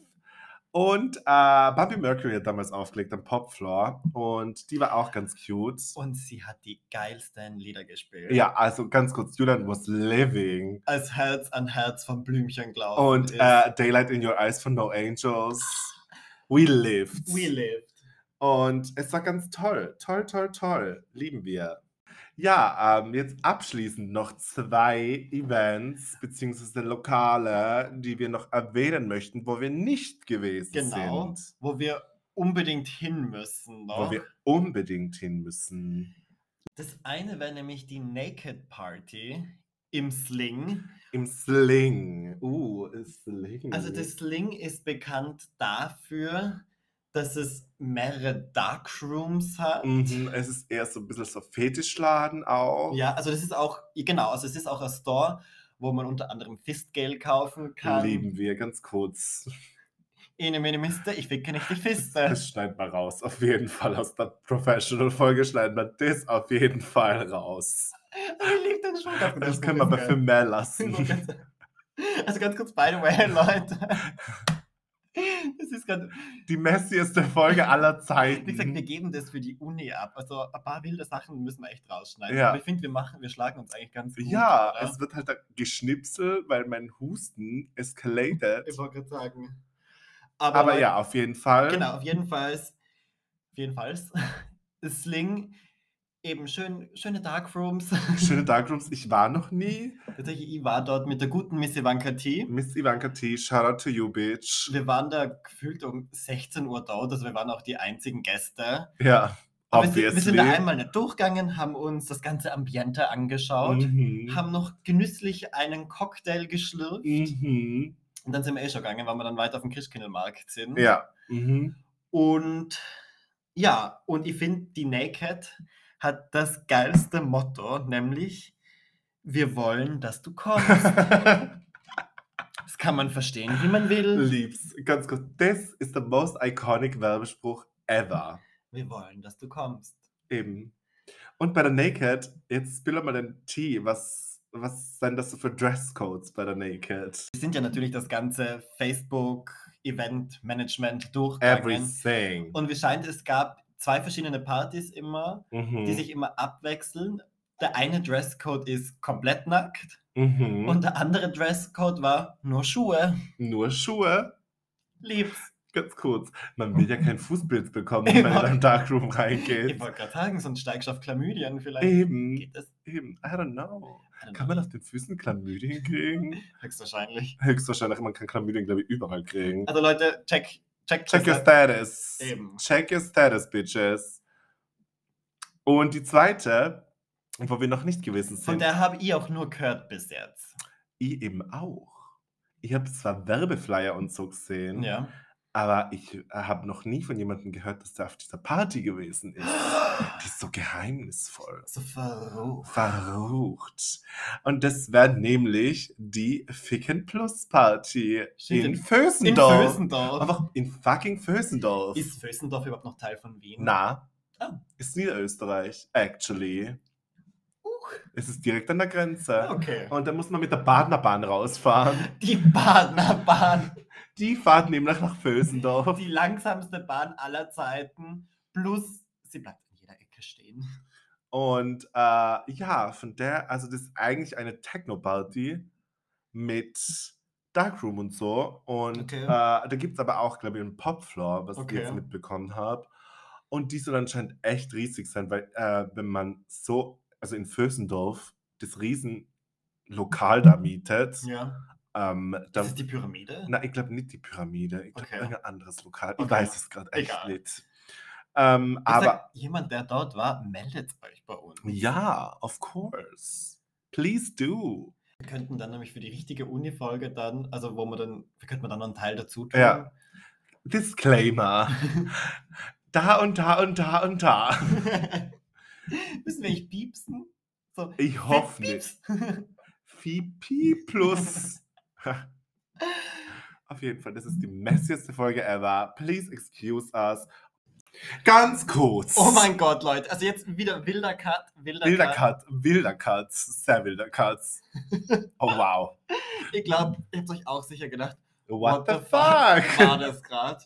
Speaker 2: Und äh, Bobby Mercury hat damals aufgelegt am Popfloor. Und die war auch ganz cute.
Speaker 1: Und sie hat die geilsten Lieder gespielt.
Speaker 2: Oh. Ja, also ganz kurz, Julian was living.
Speaker 1: Als Herz an Herz von Blümchen glauben.
Speaker 2: Und äh, Daylight in Your Eyes von No Angels. We lived.
Speaker 1: We lived.
Speaker 2: Und es war ganz toll. Toll, toll, toll. Lieben wir. Ja, ähm, jetzt abschließend noch zwei Events bzw. Lokale, die wir noch erwähnen möchten, wo wir nicht gewesen
Speaker 1: Genau.
Speaker 2: sind.
Speaker 1: Wo wir unbedingt hin müssen.
Speaker 2: Wo
Speaker 1: Noch.
Speaker 2: wir unbedingt hin müssen.
Speaker 1: Das eine wäre nämlich die Naked Party im Sling.
Speaker 2: Im Sling. Uh, Sling.
Speaker 1: Also das Sling ist bekannt dafür, dass es mehrere Darkrooms hat.
Speaker 2: Mhm, es ist eher so ein bisschen so Fetischladen auch.
Speaker 1: Ja, also das ist auch, genau, also es ist auch ein Store, wo man unter anderem Fistgel kaufen kann.
Speaker 2: Lieben wir, ganz kurz.
Speaker 1: Ene, mene, miste, ich ficke nicht die [laughs] Fiste.
Speaker 2: Das schneiden wir raus, auf jeden Fall. Aus der Professional-Folge schneiden wir das auf jeden Fall raus.
Speaker 1: Wie liegt denn schon
Speaker 2: Das, können wir aber für
Speaker 1: [laughs]
Speaker 2: mehr lassen.
Speaker 1: Also ganz kurz, by the way,
Speaker 2: [laughs]
Speaker 1: Leute. Das ist gerade,
Speaker 2: Die messieste
Speaker 1: [laughs]
Speaker 2: Folge aller Zeiten.
Speaker 1: wie gesagt, wir geben das für die Uni ab. Also ein paar wilde Sachen müssen wir echt rausschneiden.
Speaker 2: Ja.
Speaker 1: Aber ich finde, wir machen, wir schlagen uns eigentlich ganz gut.
Speaker 2: ja,
Speaker 1: oder?
Speaker 2: es wird halt da geschnipselt, weil mein Husten escalated.
Speaker 1: ich wollte gerade sagen.
Speaker 2: Aber
Speaker 1: Leute,
Speaker 2: ja, auf jeden Fall.
Speaker 1: Genau, auf jeden Fall. Auf jeden Fall. [laughs] Sling, eben schön, schöne Darkrooms.
Speaker 2: [laughs] Schöne Darkrooms. Ich war noch nie.
Speaker 1: [laughs] Tatsächlich, ich war dort mit der guten Miss Ivanka T.
Speaker 2: Miss Ivanka T, shout out to you, bitch.
Speaker 1: Wir waren da gefühlt um 16 Uhr dort, also wir waren auch die einzigen Gäste.
Speaker 2: Ja,
Speaker 1: Aber wir, sind- wir sind da
Speaker 2: obviously.
Speaker 1: einmal nicht durchgegangen, haben uns das ganze Ambiente angeschaut,
Speaker 2: Mhm.
Speaker 1: haben noch genüsslich einen Cocktail geschlürft
Speaker 2: Mhm.
Speaker 1: und dann sind wir eh schon gegangen, weil wir dann weiter auf dem Christkindlmarkt sind.
Speaker 2: Ja. Mhm.
Speaker 1: Und ja, und ich finde, die Naked hat das geilste Motto, nämlich wir wollen, dass du
Speaker 2: [laughs]
Speaker 1: kommst.
Speaker 2: Mhm.
Speaker 1: das kann man verstehen, wie man will.
Speaker 2: Liebs. Ganz kurz. Das ist der most iconic Werbespruch ever.
Speaker 1: Wir wollen, dass du kommst.
Speaker 2: Eben. Und bei der Naked, jetzt spiel doch mal den Tee. Was, was sind das so für Dresscodes bei der Naked?
Speaker 1: Wir sind ja natürlich das ganze Facebook Event Management durchgegangen.
Speaker 2: Everything.
Speaker 1: Und wie scheint, es gab zwei verschiedene Partys immer,
Speaker 2: mhm.
Speaker 1: die sich immer abwechseln. Der eine Dresscode ist komplett nackt
Speaker 2: mhm.
Speaker 1: und der andere Dresscode war nur Schuhe.
Speaker 2: Nur Schuhe.
Speaker 1: Lieb's.
Speaker 2: Ganz kurz. Man will ja kein Fußbild bekommen,
Speaker 1: Ich
Speaker 2: wenn man
Speaker 1: wollt-
Speaker 2: in den Darkroom
Speaker 1: Ich
Speaker 2: reingeht.
Speaker 1: wollte gerade sagen, sonst steigst du auf Chlamydien vielleicht.
Speaker 2: Eben.
Speaker 1: Geht das?
Speaker 2: Eben. I don't know.
Speaker 1: I don't
Speaker 2: Äh, Kann man auf den Füßen Chlamydien kriegen?
Speaker 1: know. Höchstwahrscheinlich.
Speaker 2: Höchstwahrscheinlich, man kann Chlamydien, glaube ich, überall kriegen.
Speaker 1: Also Leute, check, check,
Speaker 2: Check your
Speaker 1: das ab.
Speaker 2: status.
Speaker 1: Eben.
Speaker 2: Check your status, bitches. Und die zweite, wo wir noch nicht gewesen
Speaker 1: Von
Speaker 2: sind,
Speaker 1: der habe ich auch nur gehört bis jetzt.
Speaker 2: ich eben auch. Ich habe zwar Werbeflyer und so gesehen,
Speaker 1: Ja.
Speaker 2: aber ich äh, habe noch nie von jemandem gehört, dass der auf dieser Party
Speaker 1: [gasps]
Speaker 2: gewesen ist. Die ist so geheimnisvoll.
Speaker 1: So verrucht.
Speaker 2: Verrucht. Und das wäre nämlich die Ficken Plus Party
Speaker 1: Stimmt,
Speaker 2: in
Speaker 1: in- In
Speaker 2: Fösendorf.
Speaker 1: Vösendorf.
Speaker 2: Einfach in fucking Fösendorf.
Speaker 1: ist Vösendorf überhaupt noch Teil von Wien?
Speaker 2: Na,
Speaker 1: Ah.
Speaker 2: ist Niederösterreich, actually.
Speaker 1: Huch. Ah,
Speaker 2: Es ist direkt an der Grenze.
Speaker 1: Okay.
Speaker 2: Und da muss man mit der Badener Bahn rausfahren.
Speaker 1: Die Badener Bahn.
Speaker 2: Die fahrt nämlich nach Vösendorf.
Speaker 1: Die langsamste Bahn aller Zeiten. Plus, sie bleibt in jeder Ecke stehen.
Speaker 2: Und äh, ja, von der, also das ist eigentlich eine Techno-Party mit Darkroom und so. Und
Speaker 1: Okay.
Speaker 2: äh, da gibt es aber auch, glaube ich, einen Popfloor, was
Speaker 1: Okay.
Speaker 2: ich jetzt mitbekommen habe. Und die soll anscheinend echt riesig sein, weil äh, wenn man so, also in Vösendorf, das
Speaker 1: [laughs]
Speaker 2: Riesenlokal da mietet,
Speaker 1: Ja.
Speaker 2: ähm, dann,
Speaker 1: Das ist die Pyramide?
Speaker 2: na, ich glaube nicht die Pyramide, ich glaube
Speaker 1: Okay.
Speaker 2: irgendein anderes Lokal. Ich
Speaker 1: Okay.
Speaker 2: weiß es gerade echt
Speaker 1: Egal.
Speaker 2: nicht. Ähm,
Speaker 1: Ich
Speaker 2: aber
Speaker 1: Sag, jemand, der dort war, meldet euch bei uns.
Speaker 2: ja, of course. Please do.
Speaker 1: Wir könnten dann nämlich für die richtige Uni-Folge dann, also wo man dann, wir könnten dann noch einen Teil dazu tun.
Speaker 2: Ja. Disclaimer. [laughs] da und da und da und da.
Speaker 1: [laughs] Müssen wir nicht piepsen? So,
Speaker 2: Ich hoffe nicht.
Speaker 1: Pieps.
Speaker 2: Fipi [laughs] plus. Auf jeden Fall, das ist die messieste Folge ever. Please excuse us. Ganz kurz.
Speaker 1: Oh mein Gott, Leute. Also jetzt wieder wilder Cut, wilder,
Speaker 2: Wilder Cut, wilder Cut, sehr wilder [laughs] Cut. Oh wow.
Speaker 1: Ich glaube, ihr habt euch auch sicher gedacht,
Speaker 2: What, the fuck?
Speaker 1: war das gerade?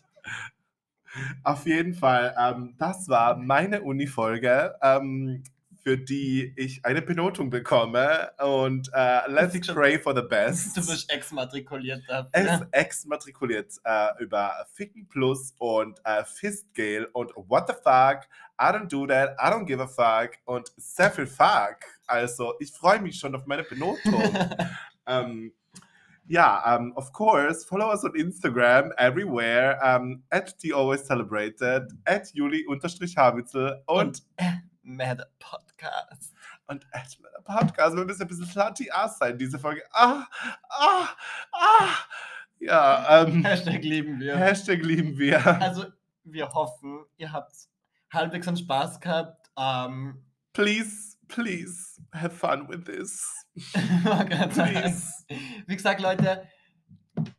Speaker 2: Auf jeden Fall, ähm, das war meine Uni-Folge, ähm, für die ich eine Benotung bekomme. Und äh, let's
Speaker 1: sieht schon-
Speaker 2: pray for the
Speaker 1: Du
Speaker 2: best.
Speaker 1: bist exmatrikuliert dafür.
Speaker 2: Es exmatrikuliert äh, über Ficken Plus und äh, Fistgale und What the fuck, I don't do that, I don't give a fuck und sehr viel fuck. Also ich freue mich schon auf meine Benotung. Um, yeah, um, of course, follow us on Instagram everywhere um, at the always celebrated, at Juli unterstrich Habitzel und,
Speaker 1: Mad Podcast.
Speaker 2: und at meiner Podcast. Wir müssen ein bisschen slutty ass sein, diese Folge. Ah, ah, ah. Ja, ähm,
Speaker 1: Hashtag lieben wir.
Speaker 2: Hashtag lieben wir. [laughs]
Speaker 1: Also, wir hoffen, ihr habt halbwegs einen Spaß gehabt. Ähm, [laughs]
Speaker 2: Please, please have fun with this.
Speaker 1: man kann sagen,
Speaker 2: Please.
Speaker 1: Wie gesagt, Leute,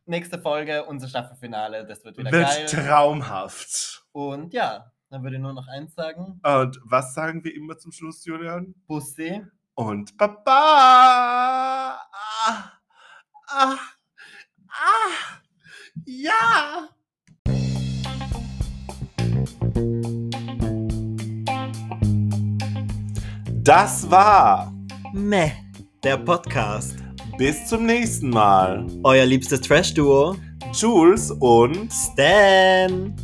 Speaker 1: nächste Folge, unser Staffelfinale, das wird wieder
Speaker 2: Wird
Speaker 1: geil.
Speaker 2: traumhaft.
Speaker 1: Und ja, dann würde ich nur noch eins sagen.
Speaker 2: Und was sagen wir immer zum Schluss, Julian?
Speaker 1: Bussi.
Speaker 2: und Baba. Ah, ah, ah, ja. Das war.
Speaker 1: Meh, der Podcast.
Speaker 2: Bis zum nächsten Mal.
Speaker 1: Euer liebstes Trash-Duo.
Speaker 2: Jules und
Speaker 1: Stan.